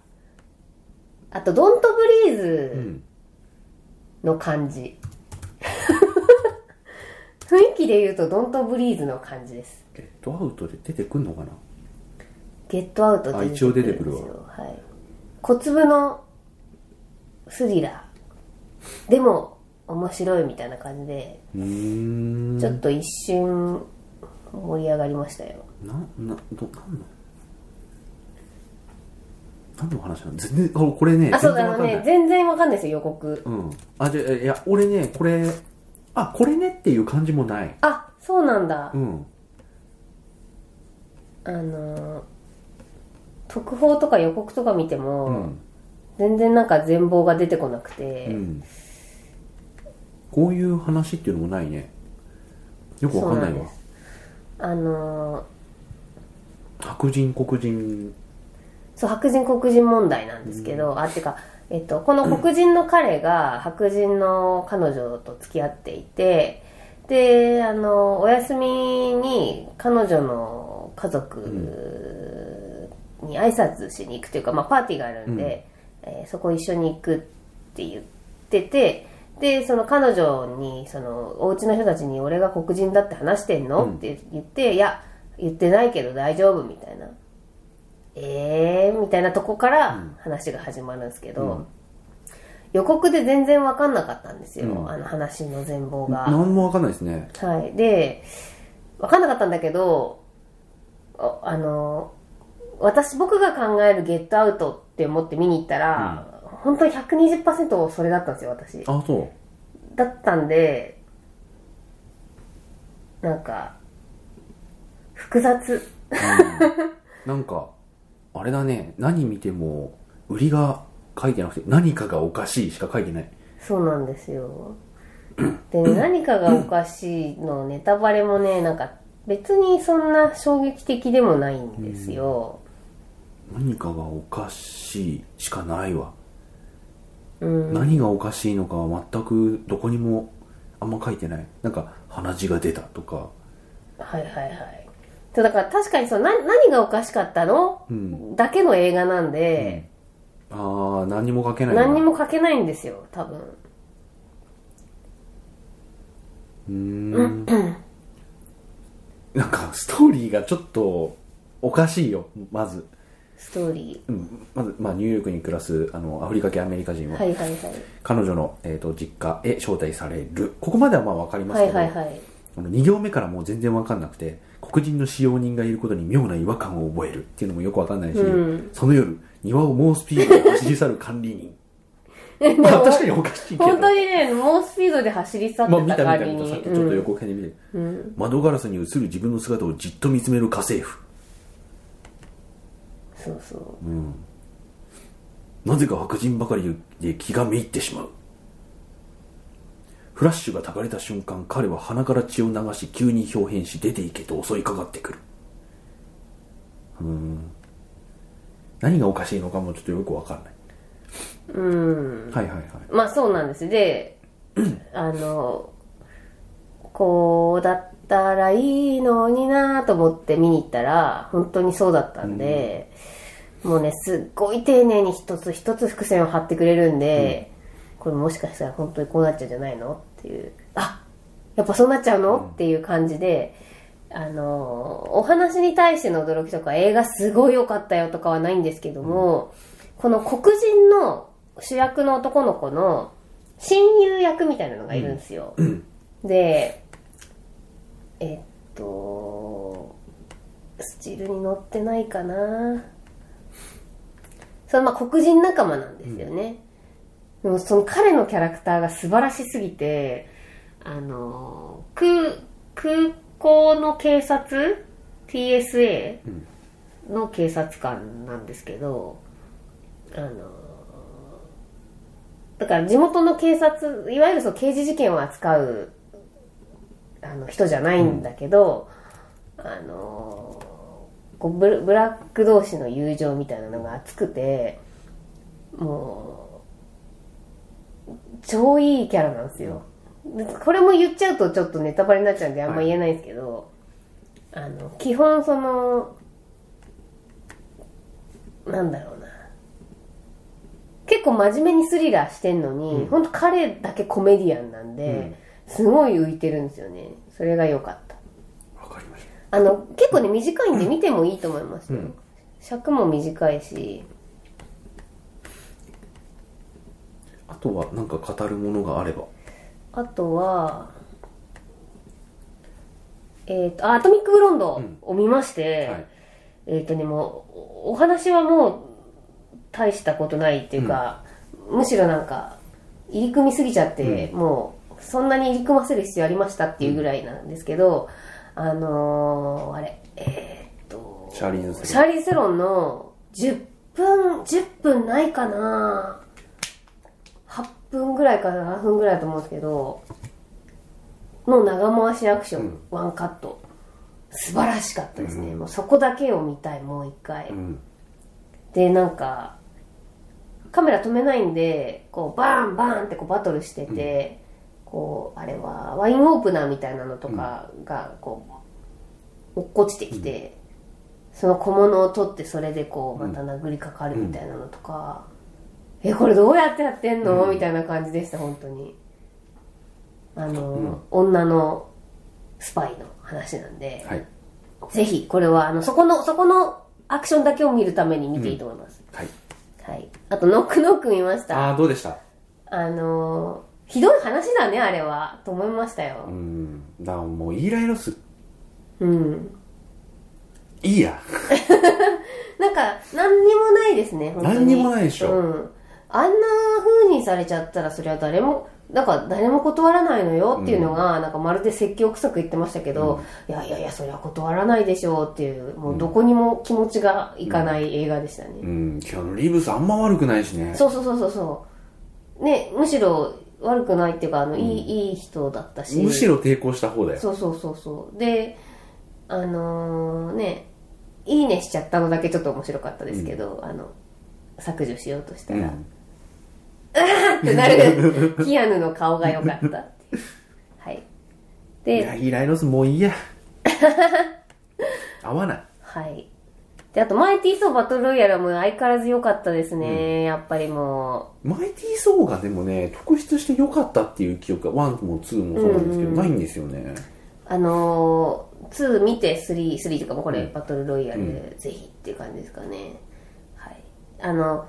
Speaker 2: ーあとドントブリ
Speaker 1: う
Speaker 2: ーズ
Speaker 1: ん
Speaker 2: の感じ、 雰囲気で言うとドントブリーズの感じです
Speaker 1: ゲットアウトで出てくんのかな
Speaker 2: ゲットアウトでんです
Speaker 1: あ一応出てくる
Speaker 2: よ、はい、小粒のスリラーでも面白いみたいな感じで
Speaker 1: うーん
Speaker 2: ちょっと一瞬盛り上がりましたよ。
Speaker 1: ななどなんの何の話なの全然あこれね
Speaker 2: あ、そうだ、
Speaker 1: わ
Speaker 2: あ
Speaker 1: かん
Speaker 2: の
Speaker 1: ない
Speaker 2: ね、全然わかんないですよ、予告。
Speaker 1: うんあじゃあいや俺ねこれあこれねっていう感じもない
Speaker 2: あ、そうなんだ
Speaker 1: う。ん
Speaker 2: あのー、特報とか予告とか見ても、
Speaker 1: うん
Speaker 2: 全然なんか全貌が出てこなくて、
Speaker 1: うんこういう話っていうのもないねよくわかんない
Speaker 2: そうな
Speaker 1: わ
Speaker 2: んであのー、
Speaker 1: 白人黒人
Speaker 2: そう、白人黒人問題なんですけど、あ、てか、えっと、この黒人の彼が白人の彼女と付き合っていて、で、あの、お休みに彼女の家族に挨拶しに行くというか、まあパーティーがあるんで、えーそこ一緒に行くって言ってて、で、その彼女に、その、お家の人たちに俺が黒人だって話してんの、
Speaker 1: うん
Speaker 2: って言って、いや、言ってないけど大丈夫みたいな。えー、みたいなとこから話が始まるんですけど、
Speaker 1: うん
Speaker 2: 予告で全然分かんなかったんですよ、
Speaker 1: うん
Speaker 2: あの話の全貌が。
Speaker 1: 何もわかんないですね
Speaker 2: はい、で分かんなかったんだけどああの私僕が考える「ゲットアウト」って思って見に行ったら、本当に120%それだったんですよ私
Speaker 1: あそう
Speaker 2: だったんでなんか複雑
Speaker 1: なんかあれだね何見ても売りが書いてなくて何かがおかしいしか書いてない
Speaker 2: そうなんですよ。でね、何かがおかしいの、ネタバレもね、なんか別にそんな衝撃的でもないんですよ。
Speaker 1: 何かがおかしいしかないわ、何がおかしいのかは全くどこにもあんま書いてないなんか鼻血が出たとか
Speaker 2: はいはいはい。そうだから確かにそのな何がおかしかったの、だけの映画なんで、
Speaker 1: ああ何にも書けないな
Speaker 2: 何にも書けないんですよ、多分。
Speaker 1: なんかストーリーがちょっとおかしいよまず、
Speaker 2: ストーリ
Speaker 1: うんまず、まあ、ニューヨークに暮らすあのアフリカ系アメリカ人
Speaker 2: ー。
Speaker 1: は、
Speaker 2: はいはいはい。
Speaker 1: 彼女の、えー、と実家へ招待されるここまではまあ分かります
Speaker 2: は
Speaker 1: け
Speaker 2: い
Speaker 1: ど、
Speaker 2: はいはい。
Speaker 1: あの2行目からもう全然分かんなくて黒人の使用人がいることに妙な違和感を覚えるっていうのもよく分かんないし、
Speaker 2: うん
Speaker 1: その夜庭を猛スピードで走り去る管理人 まあ確かにおかしいけど
Speaker 2: 本当にね、猛スピードで走り去
Speaker 1: まあ
Speaker 2: っ
Speaker 1: 見
Speaker 2: てた
Speaker 1: た見た
Speaker 2: 代わり
Speaker 1: 見た
Speaker 2: に。
Speaker 1: さっきちょっと横目で見て、
Speaker 2: うん
Speaker 1: 窓ガラスに映る自分の姿をじっと見つめる家政婦
Speaker 2: そうそう。
Speaker 1: なぜか白人ばかりで気がめいってしまうフラッシュがたかれた瞬間彼は鼻から血を流し急に表変し出ていけと襲いかかってくるうーん何がおかしいのかもちょっとよくわかんないうんはいはいはい
Speaker 2: まあそうなんです。で、あの、こうだったらいいのになと思って見に行ったら、本当にそうだったんで、もうね、すっごい丁寧に一つ一つ伏線を張ってくれるんで、これもしかしたら本当にこうなっちゃうんじゃないのっていう、あやっぱそうなっちゃうの、っていう感じで、あの、お話に対しての驚きとか、映画すごい良かったよとかはないんですけども、この黒人の主役の男の子の親友役みたいなのがいるんですよ。で、えっと、スチールに載ってないかなそのまあ黒人仲間なんですよね。でもその彼のキャラクターが素晴らしすぎて、あのー、空、空港の警察 ?TSA の警察官なんですけど、あのー、だから地元の警察、いわゆるその刑事事件を扱う、あの人じゃないんだけど、あのーこうブラブラック同士の友情みたいなのが熱くてもう超いいキャラなんですよでこれも言っちゃうとちょっとネタバレになっちゃうんであんま言えないんですけど、あの基本そのなんだろうな結構真面目にスリラーしてんのに、ほんと彼だけコメディアンなんで、すごい浮いてるんですよねそれが良かった
Speaker 1: わかりました
Speaker 2: あの結構ね短いんで見てもいいと思いますよ、尺も短いし
Speaker 1: あとは何か語るものがあれば
Speaker 2: あとはえっ、とあアトミック・グロンドを見まして、
Speaker 1: はい
Speaker 2: えっ、とねもうおお話はもう大したことないっていうか、むしろなんか入り組みすぎちゃって、もうそんなに入り組ませる必要ありましたっていうぐらいなんですけど、あのー、あれえっ、と
Speaker 1: シャーリーズ・
Speaker 2: シ
Speaker 1: セロ
Speaker 2: ャーリー・セロンの10分、10分ないかな8分ぐらいかな7分ぐらいだと思うんですけど、の長回しアクション、ワンカット。素晴らしかったですね。もうそこだけを見たい、もう一回。
Speaker 1: ん
Speaker 2: で、なんか、カメラ止めないんで、こう、バーンバーンってこうバトルしてて、こう、あれは、ワインオープナーみたいなのとかが、こう、落っこちてきて、その小物を取ってそれでこうまた殴りかかるみたいなのとか、えこれどうやってやってんの、みたいな感じでした本当にあの、女のスパイの話なんで、
Speaker 1: はい
Speaker 2: ぜひこれはあのそこのそこのアクションだけを見るために見ていいと思います、
Speaker 1: はい
Speaker 2: はいあとノックノック見ましたあ
Speaker 1: ああどうでした
Speaker 2: のひどい話だねあれはと思いました
Speaker 1: う
Speaker 2: よ
Speaker 1: んだからもうイーライロス
Speaker 2: うん
Speaker 1: いいや
Speaker 2: なんか何にもないですね本当に
Speaker 1: 何にもないでしょ
Speaker 2: うん、あんな風にされちゃったらそれは誰もなんか誰も断らないのよっていうのが、なんかまるで説教臭く言ってましたけど、いやいやいやそれは断らないでしょうっていうもうどこにも気持ちがいかない映画でしたね、
Speaker 1: うんキャノリーブスあんま悪くないしね
Speaker 2: そうそうそうそうそうねむしろ悪くないっていうかあの、いいいい人だったし
Speaker 1: むしろ抵抗した方だよ。
Speaker 2: そうそうそうそうであのーね「いいね」しちゃったのだけちょっと面白かったですけど、あの削除しようとしたら「うわ、ー ってなるキアヌの顔が良かったっていうはい
Speaker 1: い
Speaker 2: で
Speaker 1: や、イライロスもういいや。 合わない。
Speaker 2: はい。で、あと、マイティーソーバトルロイヤルも相変わらず良かったですね。やっぱりも
Speaker 1: マイティー・ソーがでもね、特筆して良かったっていう記憶が、1も2もそうなんですけど、ないんですよね。
Speaker 2: う、あのー、2見て3、3というかもうこれ、
Speaker 1: うん
Speaker 2: バトルロイヤル、ぜひっていう感じですかね。はい。あの、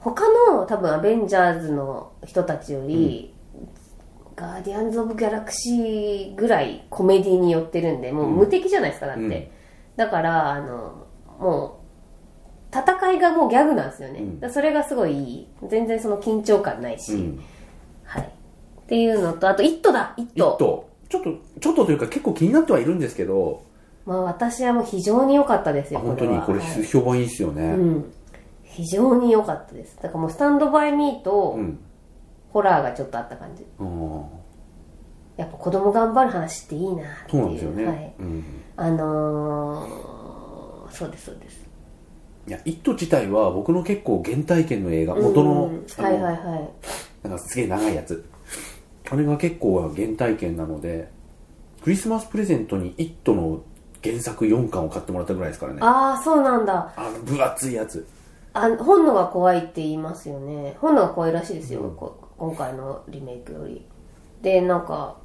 Speaker 2: 他の多分アベンジャーズの人たちより、ガーディアンズ・オブ・ギャラクシーぐらいコメディに寄ってるんで、もう無敵じゃないですか、だって。
Speaker 1: うん
Speaker 2: だから、あの、もう、戦いがもうギャグなんですよね。
Speaker 1: ん
Speaker 2: だからそれがすごいいい。全然その緊張感ないし。
Speaker 1: うん。
Speaker 2: はい。っていうのと、あと、イットだイッ
Speaker 1: ちょっ
Speaker 2: ト
Speaker 1: と、ちょっと、ちょっとというか結構気になってはいるんですけど、
Speaker 2: まあ、私はもう非常に良かったです
Speaker 1: あ
Speaker 2: よ、
Speaker 1: 本
Speaker 2: こ
Speaker 1: 当
Speaker 2: れ
Speaker 1: に
Speaker 2: は。
Speaker 1: これ
Speaker 2: はい
Speaker 1: 評判いいですよね。
Speaker 2: うん。非常に良かったです。だからもう、スタンドバイミーと
Speaker 1: う、ん。
Speaker 2: ホラーがちょっとあった感じ。
Speaker 1: あー
Speaker 2: やっぱ子供頑張る話っていいなって
Speaker 1: そ
Speaker 2: いうう。
Speaker 1: なんですよね。
Speaker 2: はい。
Speaker 1: うん。
Speaker 2: あのー、そうです、そうです。
Speaker 1: いや、イット自体は僕の結構原体験の映画、元の、
Speaker 2: うん
Speaker 1: あ
Speaker 2: は
Speaker 1: の
Speaker 2: いはいはい。
Speaker 1: なんかすげえ長いやつ。あれが結構原体験なので、クリスマスプレゼントにイットの原作4巻を買ってもらったぐらいですからね。あ
Speaker 2: ああ、そうなんだ。
Speaker 1: の分厚いやつ。
Speaker 2: あ本能が怖いって言いますよね本能が怖いらしいですよ、こ今回のリメイクよりでなんか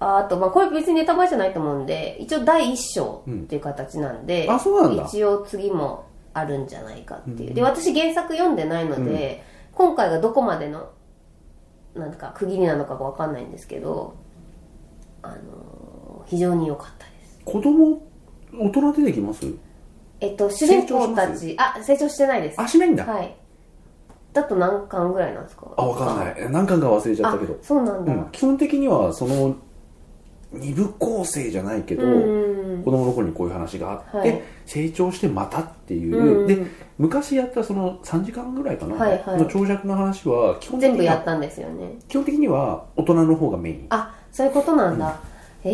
Speaker 2: ああと、まあ、これ別にネタバレじゃないと思うんで一応第一章っていう形なんで、
Speaker 1: うんあそうなんだ
Speaker 2: 一応次もあるんじゃないかっていう、で私原作読んでないので、今回がどこまでのなんか区切りなのかが分かんないんですけどあのー非常に良かったです
Speaker 1: 子供、大人出てきます
Speaker 2: えっと主人
Speaker 1: 成長し
Speaker 2: 公
Speaker 1: ま
Speaker 2: た
Speaker 1: す
Speaker 2: ちあ成長してないです
Speaker 1: あ、しないんだ。
Speaker 2: はい。だと何巻ぐらいなんですか
Speaker 1: あ、わかんない。何巻か忘れちゃったけど
Speaker 2: あ。そうなん
Speaker 1: う
Speaker 2: だ。
Speaker 1: ん、基本的には、その、二部構成じゃないけど、
Speaker 2: うん
Speaker 1: 子供の頃にこういう話があって、
Speaker 2: はい
Speaker 1: 成長してまたっていう、
Speaker 2: うんうん
Speaker 1: で昔やったその3時間ぐらいかな、
Speaker 2: はいはい
Speaker 1: の長尺の話は基本的
Speaker 2: 全部
Speaker 1: に
Speaker 2: や
Speaker 1: は
Speaker 2: ったんですよね。
Speaker 1: 基本的には大人の方がメイン
Speaker 2: あ、そういうことなんだ。へ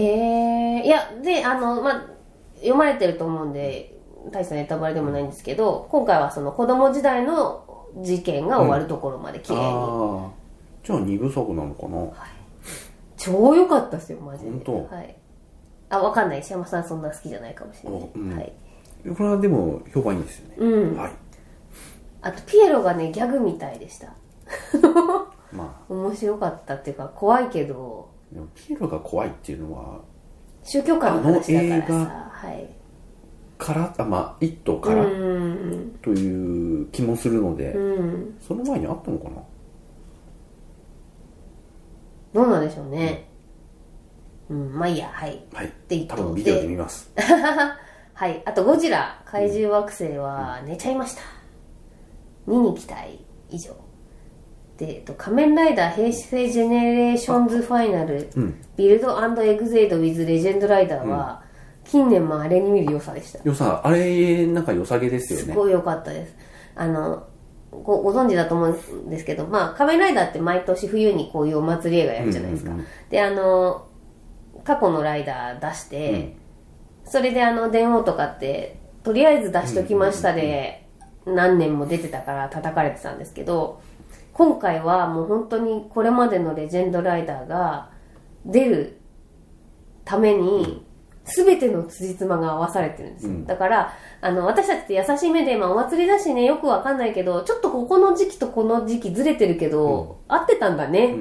Speaker 2: え。いや、で、あの、まあ、読まれてると思うんで、大したネタバレでもないんですけど、今回はその子供時代の事件が終わるところまで綺麗に。
Speaker 1: ああじゃあ二部作なのかな
Speaker 2: 超良かったですよ、マジで。
Speaker 1: 本当
Speaker 2: はい。あ、わかんない。石山さんそんな好きじゃないかもしれない。
Speaker 1: おうん
Speaker 2: はい。
Speaker 1: これはでも評判いいですよね、
Speaker 2: うん。
Speaker 1: はい
Speaker 2: あと、ピエロがね、ギャグみたいでした。
Speaker 1: ま
Speaker 2: 面白かったっていうか、怖いけど、
Speaker 1: あでもピエロが怖いっていうのは
Speaker 2: 宗教観の話だから
Speaker 1: あの映
Speaker 2: さ、はい。
Speaker 1: からあまあ一頭か
Speaker 2: う
Speaker 1: ら
Speaker 2: ん。
Speaker 1: という気もするので、
Speaker 2: うん。
Speaker 1: その前にあったのかな
Speaker 2: どうなんでしょうね。うん、まあいいや、はい。
Speaker 1: はい
Speaker 2: で一
Speaker 1: 多
Speaker 2: 頭
Speaker 1: 分ビデオで見ます
Speaker 2: はい。あと、ゴジラ、怪獣惑星は寝ちゃいました。見に行きたい。以上。で、えっと、仮面ライダー平成ジェネレーションズファイナル、
Speaker 1: うん
Speaker 2: ビルドエグゼイド with レジェンドライダーは、近年もあれに見る良さでした。
Speaker 1: 良さあれなんか良さげですよ
Speaker 2: す
Speaker 1: ね
Speaker 2: ごい良かったです。あの、ご、ご存知だと思うんですけど、まあ、仮面ライダーって毎年冬にこういうお祭り映画やるじゃないですか。
Speaker 1: うんうん
Speaker 2: で、あの、過去のライダー出して、それであの、電王とかって、とりあえず出しときましたで、何年も出てたから叩かれてたんですけど、今回はもう本当にこれまでのレジェンドライダーが出るために、すべての辻褄が合わされてるんですよ。だから、あの、私たちって優しい目で、まあ、お祭りだしね、よくわかんないけど、ちょっとここの時期とこの時期ずれてるけど、合ってたんだね。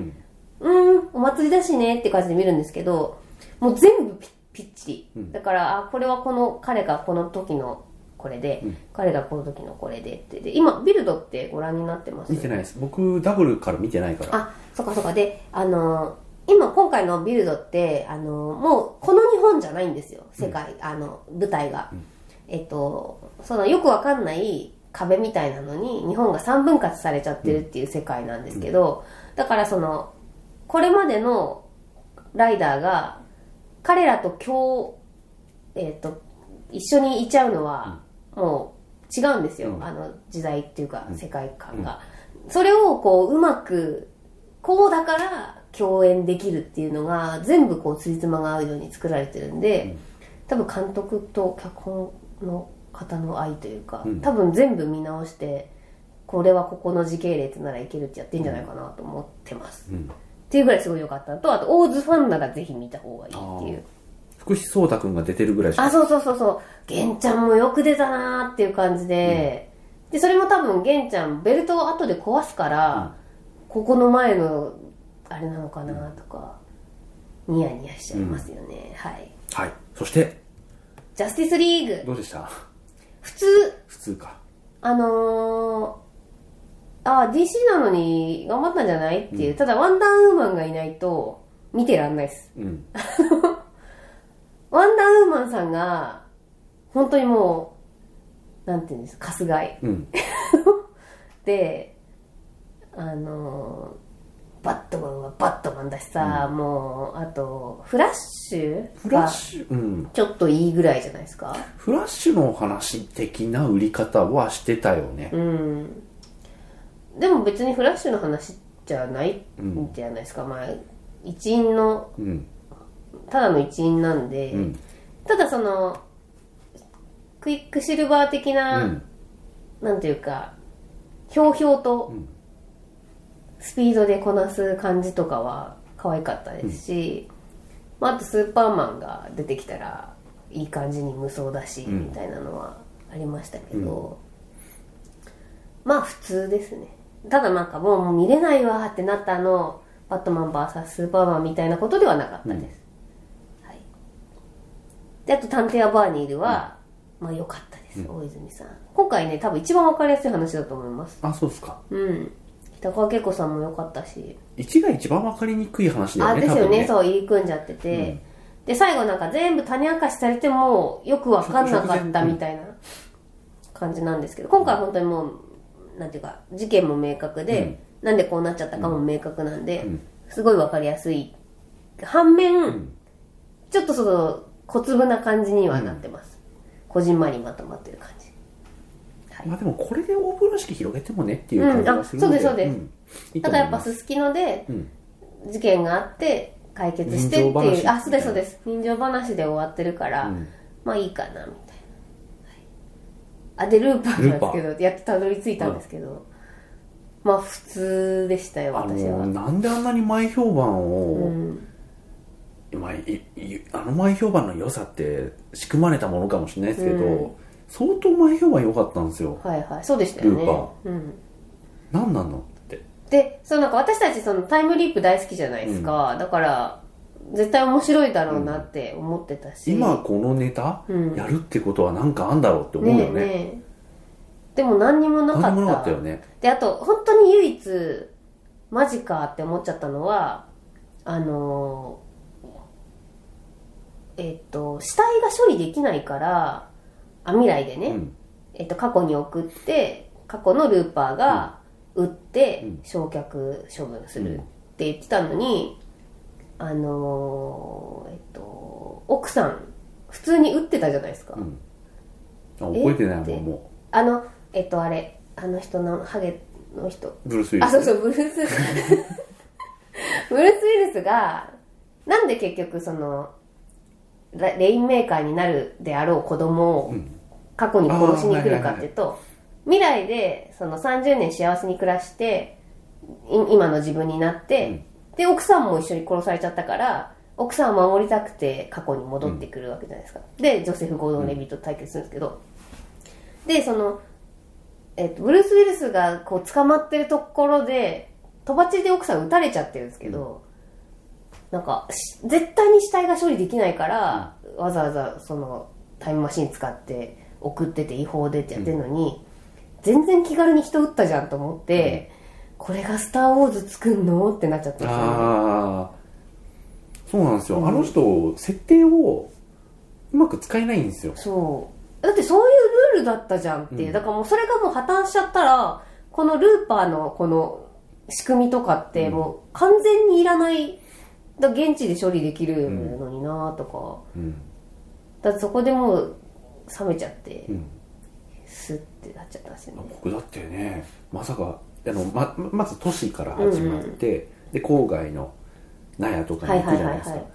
Speaker 2: うん、ん、お祭りだしねって感じで見るんですけど、もう全部ピピッチリ。だから、あ、これはこの、彼がこの時のこれで、彼がこの時のこれでって。で、今、ビルドってご覧になってます
Speaker 1: 見てないです僕ダブルから見てないから
Speaker 2: あ、そっかそっか。で、あのー今今回のビルドって、あのーもうこの日本じゃないんですよ。世界、あの、舞台が。えっと、そのよくわかんない壁みたいなのに日本が三分割されちゃってるっていう世界なんですけど、だからその、これまでのライダーが彼らと共、えっと、一緒にいちゃうのは、もう違うんですよ、
Speaker 1: うん
Speaker 2: あの時代っていうか世界観が、それをこううまくこうだから共演できるっていうのが全部こうついつまが合うように作られてるんで、多分監督と脚本の方の愛というか、
Speaker 1: うん
Speaker 2: 多分全部見直してこれはここの時系列ならいけるってやってんじゃないかなと思ってます、
Speaker 1: うん
Speaker 2: っていうぐらいすごい良かったのとあと大津ファンならぜひ見た方がいいっていう
Speaker 1: 福士蒼太君が出てるぐらいし
Speaker 2: あ
Speaker 1: か
Speaker 2: そうそうそうそう玄ちゃんもよく出たなーっていう感じで、でそれも多分玄ちゃんベルトを後で壊すから、ここの前のあれなのかなとか、ニヤニヤしちゃいますよね、はい
Speaker 1: はいそして
Speaker 2: ジャスティスリーグ
Speaker 1: どうでした
Speaker 2: 普通
Speaker 1: 普通か
Speaker 2: あのー、あ DC なのに頑張ったんじゃないっていう、ただワンダーウーマンがいないと見てらんないです
Speaker 1: うん
Speaker 2: ワンダーウーマンさんが、本当にもう、なんていうんですか、かすがい。
Speaker 1: うん
Speaker 2: で、あのー、バットマンはバットマンだしさ、もう、あと、フラッシ
Speaker 1: フ
Speaker 2: ュ
Speaker 1: ラ
Speaker 2: が
Speaker 1: ッシュ、うん、
Speaker 2: ちょっといいぐらいじゃないですか。
Speaker 1: フラッシュの話的な売り方はしてたよね、
Speaker 2: うん。でも別にフラッシュの話じゃないんじゃないですか、まあ、一員の、
Speaker 1: うん
Speaker 2: ただの一員なんで、
Speaker 1: うん
Speaker 2: ただその、クイックシルバー的
Speaker 1: う
Speaker 2: な、
Speaker 1: ん
Speaker 2: なんていうかひょうひょうと
Speaker 1: ん
Speaker 2: スピードでこなす感じとかは可愛かったですし、まあ、あとスーパーマンが出てきたらいい感じに無双だし、
Speaker 1: ん
Speaker 2: みたいなのはありましたけど、まあ普通ですねただなんかもうもう見れないわーってなったあのバットマン VS スーパーマンみたいなことではなかったです、はい、であと「探偵はバーニールは」まあ良かったです、大泉さん今回ね多分一番分かりやすい話だと思います
Speaker 1: あそうですか
Speaker 2: うん北川景子さんも良かったし
Speaker 1: 1が一番分かりにくい話だよ
Speaker 2: あ
Speaker 1: ね
Speaker 2: ですよ
Speaker 1: 多分
Speaker 2: ね
Speaker 1: ね
Speaker 2: そう入り組んじゃってて、で最後なんか全部種明かしされてもよく分かんなかったみたいな感じなんですけど今回本当にもうなんていうか事件も明確で、なんでこうなっちゃったかも明確なんで、すごい分かりやすい反面、ちょっとその小粒な感じにはなってます、こじんまりまとまってる感じ
Speaker 1: まあでもこれで大風呂敷広げてもねっていう感じがするので、
Speaker 2: うんあそうですそうです
Speaker 1: んいいと思
Speaker 2: ただやっ
Speaker 1: い
Speaker 2: ぱ
Speaker 1: ます
Speaker 2: すすきので
Speaker 1: ん
Speaker 2: 事件があって解決してって
Speaker 1: 人情話みたい
Speaker 2: い
Speaker 1: うな
Speaker 2: あそうですそうです人情話で終わってるから、
Speaker 1: ん
Speaker 2: まあいいかなみたいな、はいあでルーパーなんですけどやっとたどり着いたんですけど、まあ普通でしたよ
Speaker 1: あ
Speaker 2: 私
Speaker 1: の
Speaker 2: は、
Speaker 1: なんであんなに前評判
Speaker 2: う
Speaker 1: を、
Speaker 2: ん、
Speaker 1: まあ、いいあの前評判の良さって仕組まれたものかもしれないですけど、
Speaker 2: うん
Speaker 1: 相当前評判良かったんですよ
Speaker 2: はいはいそうでしたよね
Speaker 1: ルーパ
Speaker 2: うん、
Speaker 1: 何なんのって
Speaker 2: でそのなんか私たちそのタイムリープ大好きじゃないですか、だから絶対面白いだろうなって思ってたし、
Speaker 1: 今このネタ
Speaker 2: うん
Speaker 1: やるってことはなんかあんだろうって思う
Speaker 2: ね
Speaker 1: よ
Speaker 2: え
Speaker 1: ね,、
Speaker 2: ねえでも何にもなか
Speaker 1: 何
Speaker 2: っ
Speaker 1: も
Speaker 2: た
Speaker 1: なかったよね
Speaker 2: であと本当に唯一マジかって思っちゃったのはあのーえっと死体が処理できないからあ未来でね、
Speaker 1: うん
Speaker 2: えっと、過去に送って過去のルーパーが売って
Speaker 1: うん
Speaker 2: 焼却処分するって言ってたのに、あのーえっと奥さん普通に売ってたじゃないですか、
Speaker 1: うんあ覚えてない
Speaker 2: え
Speaker 1: も
Speaker 2: っ
Speaker 1: ん
Speaker 2: て
Speaker 1: も
Speaker 2: あのえっとあれあの人のハゲの人
Speaker 1: うブルース・ウィ
Speaker 2: あ、
Speaker 1: リ
Speaker 2: そう
Speaker 1: ス
Speaker 2: そう、ブルース。ブルース・ウィルスが、なんで結局その、レレインメーカーになるであろう子供を
Speaker 1: ん
Speaker 2: 過去に殺しに来
Speaker 1: あーは
Speaker 2: るか
Speaker 1: いはいはい
Speaker 2: っていうと、未来でその30年幸せに暮らして、い今の自分になって、で、奥さんも一緒に殺されちゃったから、奥さんを守りたくて過去に戻ってくるわけじゃないですか。で、ジョセフ・ゴードン・レビットと対決するんですけど、で、その、えっと、ブルース・ウィルスがこう捕まってるところで、飛ばちで奥さん撃たれちゃってるんですけど、なんか、し絶対に死体が処理できないから、わざわざそのタイムマシン使って送ってて違法でってやってるのに、全然気軽に人撃ったじゃんと思って、これがスター・ウォーズ作んのってなっちゃったんですよね。
Speaker 1: ああそうなんですよ、あの人設定をうまく使えないんですよ
Speaker 2: そう。だってそういうルールだったじゃんっていう。
Speaker 1: うん
Speaker 2: だからもうそれがもう破綻しちゃったら、このルーパーのこの仕組みとかってもう完全にいらない。だから現地で処理できるのになとか。
Speaker 1: うん
Speaker 2: だってそこでもう冷めちゃって
Speaker 1: う、ん
Speaker 2: スッってなっちゃったんですよね。
Speaker 1: 僕だってねまさかあのままず都市から始まって、で郊外の納屋とか
Speaker 2: はい
Speaker 1: に行
Speaker 2: は
Speaker 1: く
Speaker 2: い
Speaker 1: じゃ
Speaker 2: は
Speaker 1: ない
Speaker 2: い
Speaker 1: ですか、
Speaker 2: はい。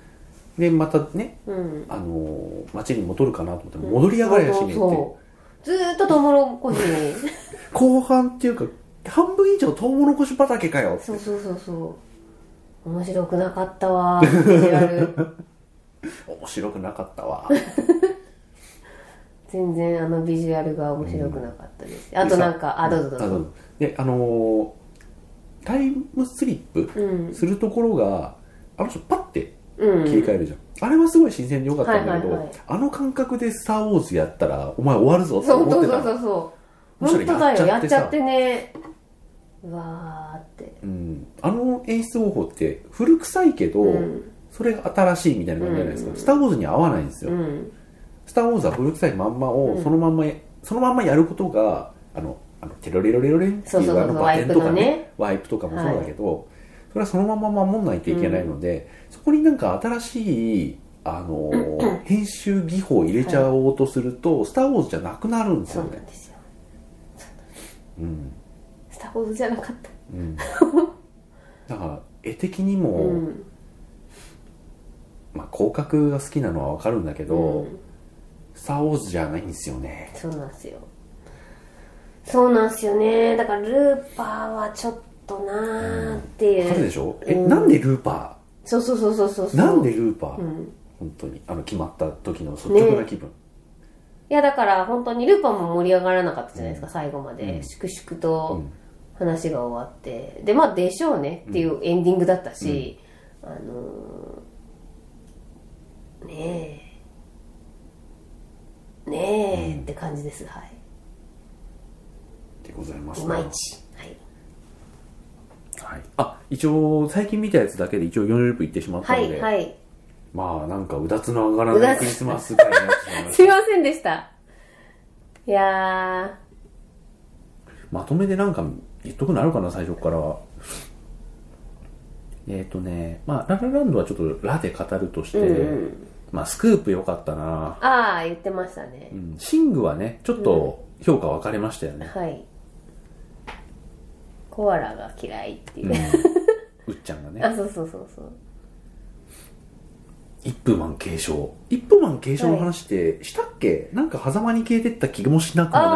Speaker 1: でまたね、
Speaker 2: うん。
Speaker 1: あのー街に戻るかなと思ったら戻り上がりやしねえっていう、
Speaker 2: そうそうずーっとトウモロコシ。
Speaker 1: 後半っていうか半分以上トウモロコシ畑かよって
Speaker 2: そうそうそうそう。面白くなかったわー。ビジュアル
Speaker 1: 面白くなかったわ
Speaker 2: 全然あのビジュアルが面白くなかったです。 あとなんか、あ、どうぞどう
Speaker 1: あ
Speaker 2: ぞ。
Speaker 1: うであのータイムスリップ
Speaker 2: うん。
Speaker 1: するところがあの人パッて
Speaker 2: うん。
Speaker 1: 切り替えるじゃん、あれはすごい新鮮でよかったんだけど、
Speaker 2: はいはいはい
Speaker 1: あの感覚で「スター・ウォーズ」やったらお前終わるぞって
Speaker 2: そう
Speaker 1: 思
Speaker 2: そ
Speaker 1: っ
Speaker 2: う
Speaker 1: て
Speaker 2: そ
Speaker 1: た
Speaker 2: うそうそう。
Speaker 1: むしろ
Speaker 2: 本当だよ、
Speaker 1: や
Speaker 2: や
Speaker 1: っ
Speaker 2: っ
Speaker 1: ち
Speaker 2: ち
Speaker 1: ゃ
Speaker 2: ゃ
Speaker 1: っ
Speaker 2: っててね。うわーって。
Speaker 1: うん、あの演出方法って古臭いけど、
Speaker 2: うん。
Speaker 1: それが新しいみたいな感じじゃないですか「
Speaker 2: うん
Speaker 1: スター・ウォーズ」には合わないんですよ、
Speaker 2: うん。
Speaker 1: スター・ウォーズは古臭いまんま
Speaker 2: う
Speaker 1: を
Speaker 2: ん
Speaker 1: そのまんまや、そのまんまやることがあのあのテロレロレロレンって
Speaker 2: そう
Speaker 1: い
Speaker 2: そう
Speaker 1: う
Speaker 2: そう
Speaker 1: あのバテンとかね
Speaker 2: ワイプのね
Speaker 1: ワイプとかもそうだけど、それはそのまま守んないといけないので、そこになんか新しいあの ー編集技法を入れちゃおうとすると「スター・ウォーズ」じゃなくなるんです
Speaker 2: そ
Speaker 1: よ
Speaker 2: うな
Speaker 1: ね
Speaker 2: んですよ。
Speaker 1: うん、
Speaker 2: スター・ウォーズじゃなかった。
Speaker 1: うん、だから絵的にも、
Speaker 2: うん。
Speaker 1: まあ、広角が好きなのはわかるんだけど、
Speaker 2: うん
Speaker 1: スター・ウォーズじゃないんですよね
Speaker 2: そうなんですよ。そうなんですよね。だから、ルーパーはちょっとなーって
Speaker 1: わかる
Speaker 2: い
Speaker 1: で
Speaker 2: う。
Speaker 1: しょえ、
Speaker 2: うん
Speaker 1: なんでルーパ
Speaker 2: そうそうそうそうそう。
Speaker 1: ーなんでルーパー、
Speaker 2: うん。
Speaker 1: 本当にあの決まった時の率直な気分、
Speaker 2: いやだから本当にルパンも盛り上がらなかったじゃないですか、最後まで、
Speaker 1: うん
Speaker 2: 粛々
Speaker 1: う
Speaker 2: と
Speaker 1: ん
Speaker 2: 話が終わってでまあでしょうねっていうエンディングだったし、あのーねえねえって感じです、はい
Speaker 1: でございます
Speaker 2: いまいちはい
Speaker 1: はい、あ一応最近見たやつだけで一応40分いってしまった
Speaker 2: は
Speaker 1: ので、
Speaker 2: いはい
Speaker 1: まあなんかうだつの上がらな
Speaker 2: うだ
Speaker 1: い
Speaker 2: つ
Speaker 1: クリスマス会になってしまいまし
Speaker 2: すいませんでしたいや
Speaker 1: たまとめでなんか言っとくのあるかな最初からえっ、とねまあララランドはちょっとラで語るとして、
Speaker 2: ーうん
Speaker 1: まあスクープ良かったな、
Speaker 2: ああ言ってましたね
Speaker 1: う、ん、シングはねちょっと評価分かれましたよ ね、
Speaker 2: はいコアラが嫌いっていう、
Speaker 1: うん、うっちゃんがね
Speaker 2: あそうそうそうそう
Speaker 1: イップマン継承イップマン継承の話ってしたっけ、なんか狭間に消えてった気もしなくもない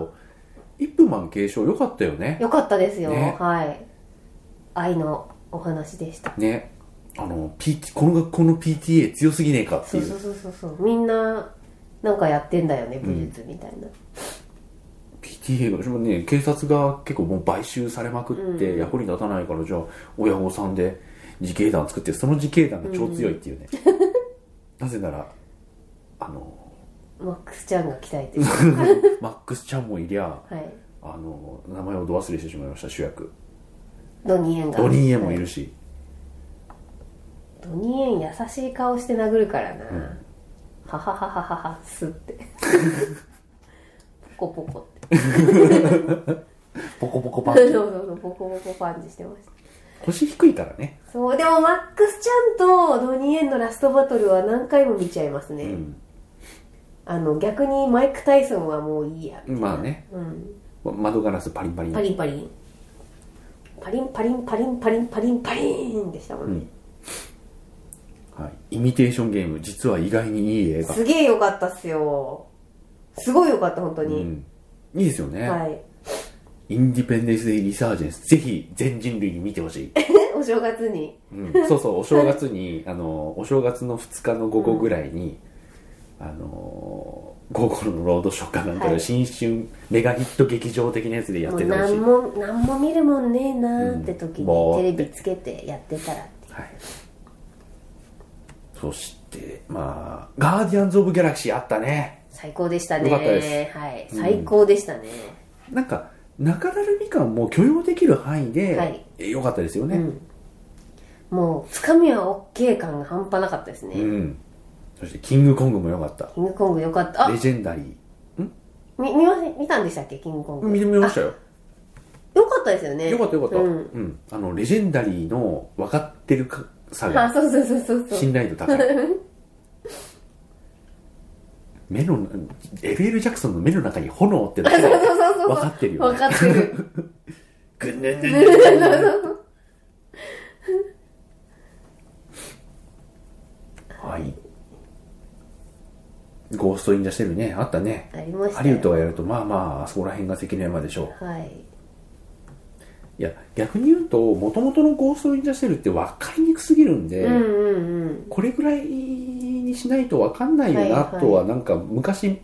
Speaker 1: んだけどイップマン継承良かったよね
Speaker 2: よかったですよ、
Speaker 1: ね
Speaker 2: はい愛のお話でした
Speaker 1: ねあの、P、この学校の PTA 強すぎねえかって
Speaker 2: そ
Speaker 1: いう
Speaker 2: うそうそうそうそうみんななんかやってんだよね武術みたいな、
Speaker 1: PTA が私もね警察が結構もう買収されまくって、
Speaker 2: うん
Speaker 1: 役に立たないからじゃあ親御さんで自警団作ってその自警団が超強いっていう ね、なぜならあの
Speaker 2: マックスちゃんが鍛え てる
Speaker 1: マックスちゃんもいりゃ
Speaker 2: はい
Speaker 1: あの名前をど忘れしてしまいました主役
Speaker 2: ドニエンが
Speaker 1: ドニーエンもいるし、
Speaker 2: ドニエン優しい顔して殴るからな、ははははははすって ポコポコって
Speaker 1: ポコポコパ
Speaker 2: そ
Speaker 1: ン
Speaker 2: う
Speaker 1: チ
Speaker 2: そうそうポコポコパンチしてました
Speaker 1: 腰低いからね、
Speaker 2: そうでもマックスちゃんとドニエンのラストバトルは何回も見ちゃいますね、
Speaker 1: うん、
Speaker 2: あの逆にマイク・タイソンはもういいやみたいな
Speaker 1: まあね、
Speaker 2: うん、
Speaker 1: 窓ガラスパリンパリン
Speaker 2: パリンパリンパリンパリンパリンパリンパリンパリンでしたもんね、
Speaker 1: はい、イミテーションゲーム実は意外にいい映画、
Speaker 2: すげえ良かったっすよすごい良かった本当
Speaker 1: う
Speaker 2: に、
Speaker 1: ん、いいですよね、
Speaker 2: はい
Speaker 1: インディペンデンス・デイ・リサージェンス、ぜひ全人類に見てほしい。
Speaker 2: お正月に
Speaker 1: うん、そうそう、お正月に、あの、お正月の2日の午後ぐらいに、あの、午後のロードショーかなんかで、
Speaker 2: はい
Speaker 1: 新春メガヒット劇場的なやつでや
Speaker 2: も
Speaker 1: っ
Speaker 2: う
Speaker 1: ててほし
Speaker 2: 何
Speaker 1: い。はい。
Speaker 2: も何も見るもんねえなーって時
Speaker 1: うん
Speaker 2: に
Speaker 1: ぼーって
Speaker 2: テレビつけてやってたらって
Speaker 1: そして、まあ、ガーディアンズ・オブ・ギャラクシーあったね。
Speaker 2: 最高でした
Speaker 1: 良
Speaker 2: ね
Speaker 1: かったで
Speaker 2: はい最高でしたね、
Speaker 1: なんか、中だるみ感も許容できる範囲で、
Speaker 2: はい
Speaker 1: え良かったですよね。
Speaker 2: うんもうつかみは OK 感が半端なかったですね、
Speaker 1: うんそして、キングコングも良かった。
Speaker 2: キングコング良かったあ
Speaker 1: レジェンダリー。
Speaker 2: み見ません見たんでしたっけキングコング
Speaker 1: 見見ましたよ。
Speaker 2: よかったですよね
Speaker 1: よかったよかった。う。
Speaker 2: うんん
Speaker 1: あの、レジェンダリーの分かってるかさ
Speaker 2: あ
Speaker 1: が、
Speaker 2: そうそうそうそうそう
Speaker 1: 信頼度 高い。目の、LL ジャクソンの目の中に炎っての が
Speaker 2: そうそうそう
Speaker 1: 分かってるよ
Speaker 2: 分
Speaker 1: ね。
Speaker 2: かってる
Speaker 1: ぐんぬんぬんぬんぬんゴースト・イン・ザ・シェルね、あったね。
Speaker 2: ありましたよ
Speaker 1: ハリウッドがやると、まあまあ、あそこら辺が関の山でしょう。
Speaker 2: はい
Speaker 1: いや、逆に言うと、もともとのゴースト・イン・ザ・シェルって分かりにくすぎるんで、
Speaker 2: うんうんうん
Speaker 1: これぐらいにしないと分かんないよな
Speaker 2: はいはい
Speaker 1: とは、なんか昔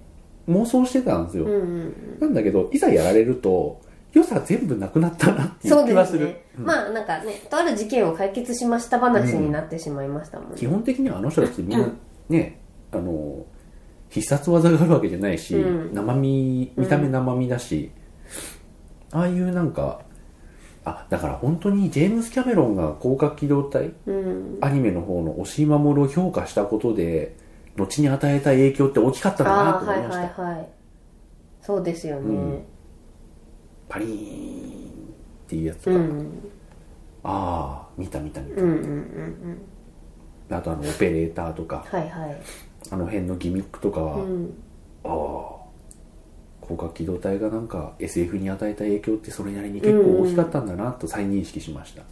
Speaker 1: 妄想してたんですよ。
Speaker 2: うんうん
Speaker 1: なんだけど、いざやられると、良さ全部なくなったなってい
Speaker 2: そう
Speaker 1: う気
Speaker 2: で
Speaker 1: は
Speaker 2: す
Speaker 1: する。
Speaker 2: ね、まあなんかねとある事件を解決しました話になってしまいましたもんね
Speaker 1: 基本的にはあの人たちみんなね、あの必殺技があるわけじゃないし、
Speaker 2: うん
Speaker 1: 生身見た目生身だし、ああいうなんかあだから本当にジェームス・キャメロンが広角機動隊
Speaker 2: うん
Speaker 1: アニメの方の押井守を評価したことで後に与えた影響って大きかったんだな
Speaker 2: あ
Speaker 1: と
Speaker 2: あ
Speaker 1: 思
Speaker 2: はいい
Speaker 1: ました、
Speaker 2: はいはいそうですよね
Speaker 1: パリーンっていうやつ
Speaker 2: う
Speaker 1: が、
Speaker 2: んうん
Speaker 1: ああ見た見た見た、
Speaker 2: うんうんうん
Speaker 1: あとあのオペレーターとか
Speaker 2: はいはい
Speaker 1: あの辺のギミックとかは、
Speaker 2: うん
Speaker 1: ああ広角機動隊がなんか SF に与えた影響ってそれなりに結構大きかったんだなと再認識しました、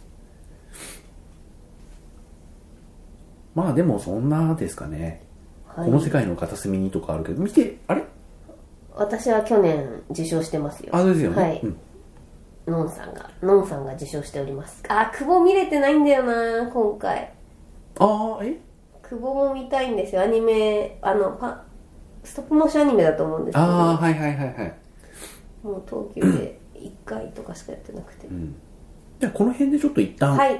Speaker 1: まあでもそんなですかね、
Speaker 2: は
Speaker 1: この世
Speaker 2: い
Speaker 1: 界の片隅にとかあるけど見てあれ
Speaker 2: 私は去年受賞してますよ
Speaker 1: あそうですよね、
Speaker 2: はい
Speaker 1: うん、
Speaker 2: のんさんがのんさんが受賞しておりますあ久保見れてないんだよな今回
Speaker 1: ああえ
Speaker 2: 久保も見たいんですよアニメあのパストップモーションアニメだと思うんですけど
Speaker 1: ああはいはいはいはい
Speaker 2: もう東急で1回とかしかやってなくて、
Speaker 1: じゃあこの辺でちょっと一
Speaker 2: は
Speaker 1: 旦
Speaker 2: い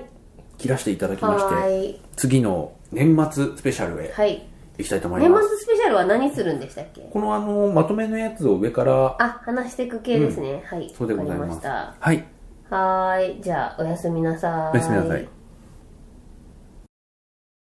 Speaker 1: 切らせていただきまして、
Speaker 2: はーい
Speaker 1: 次の年末スペシャルへ
Speaker 2: はい
Speaker 1: 行きたいと思い
Speaker 2: 年
Speaker 1: ます、
Speaker 2: 末スペシャルは何するんでしたっけ
Speaker 1: このあのまとめのやつを上から
Speaker 2: あ話していく系ですね、はい
Speaker 1: そうでございま
Speaker 2: わかり
Speaker 1: す
Speaker 2: ました
Speaker 1: はい
Speaker 2: はーいじゃあおやすみなさ
Speaker 1: お
Speaker 2: ーい
Speaker 1: やすみなさい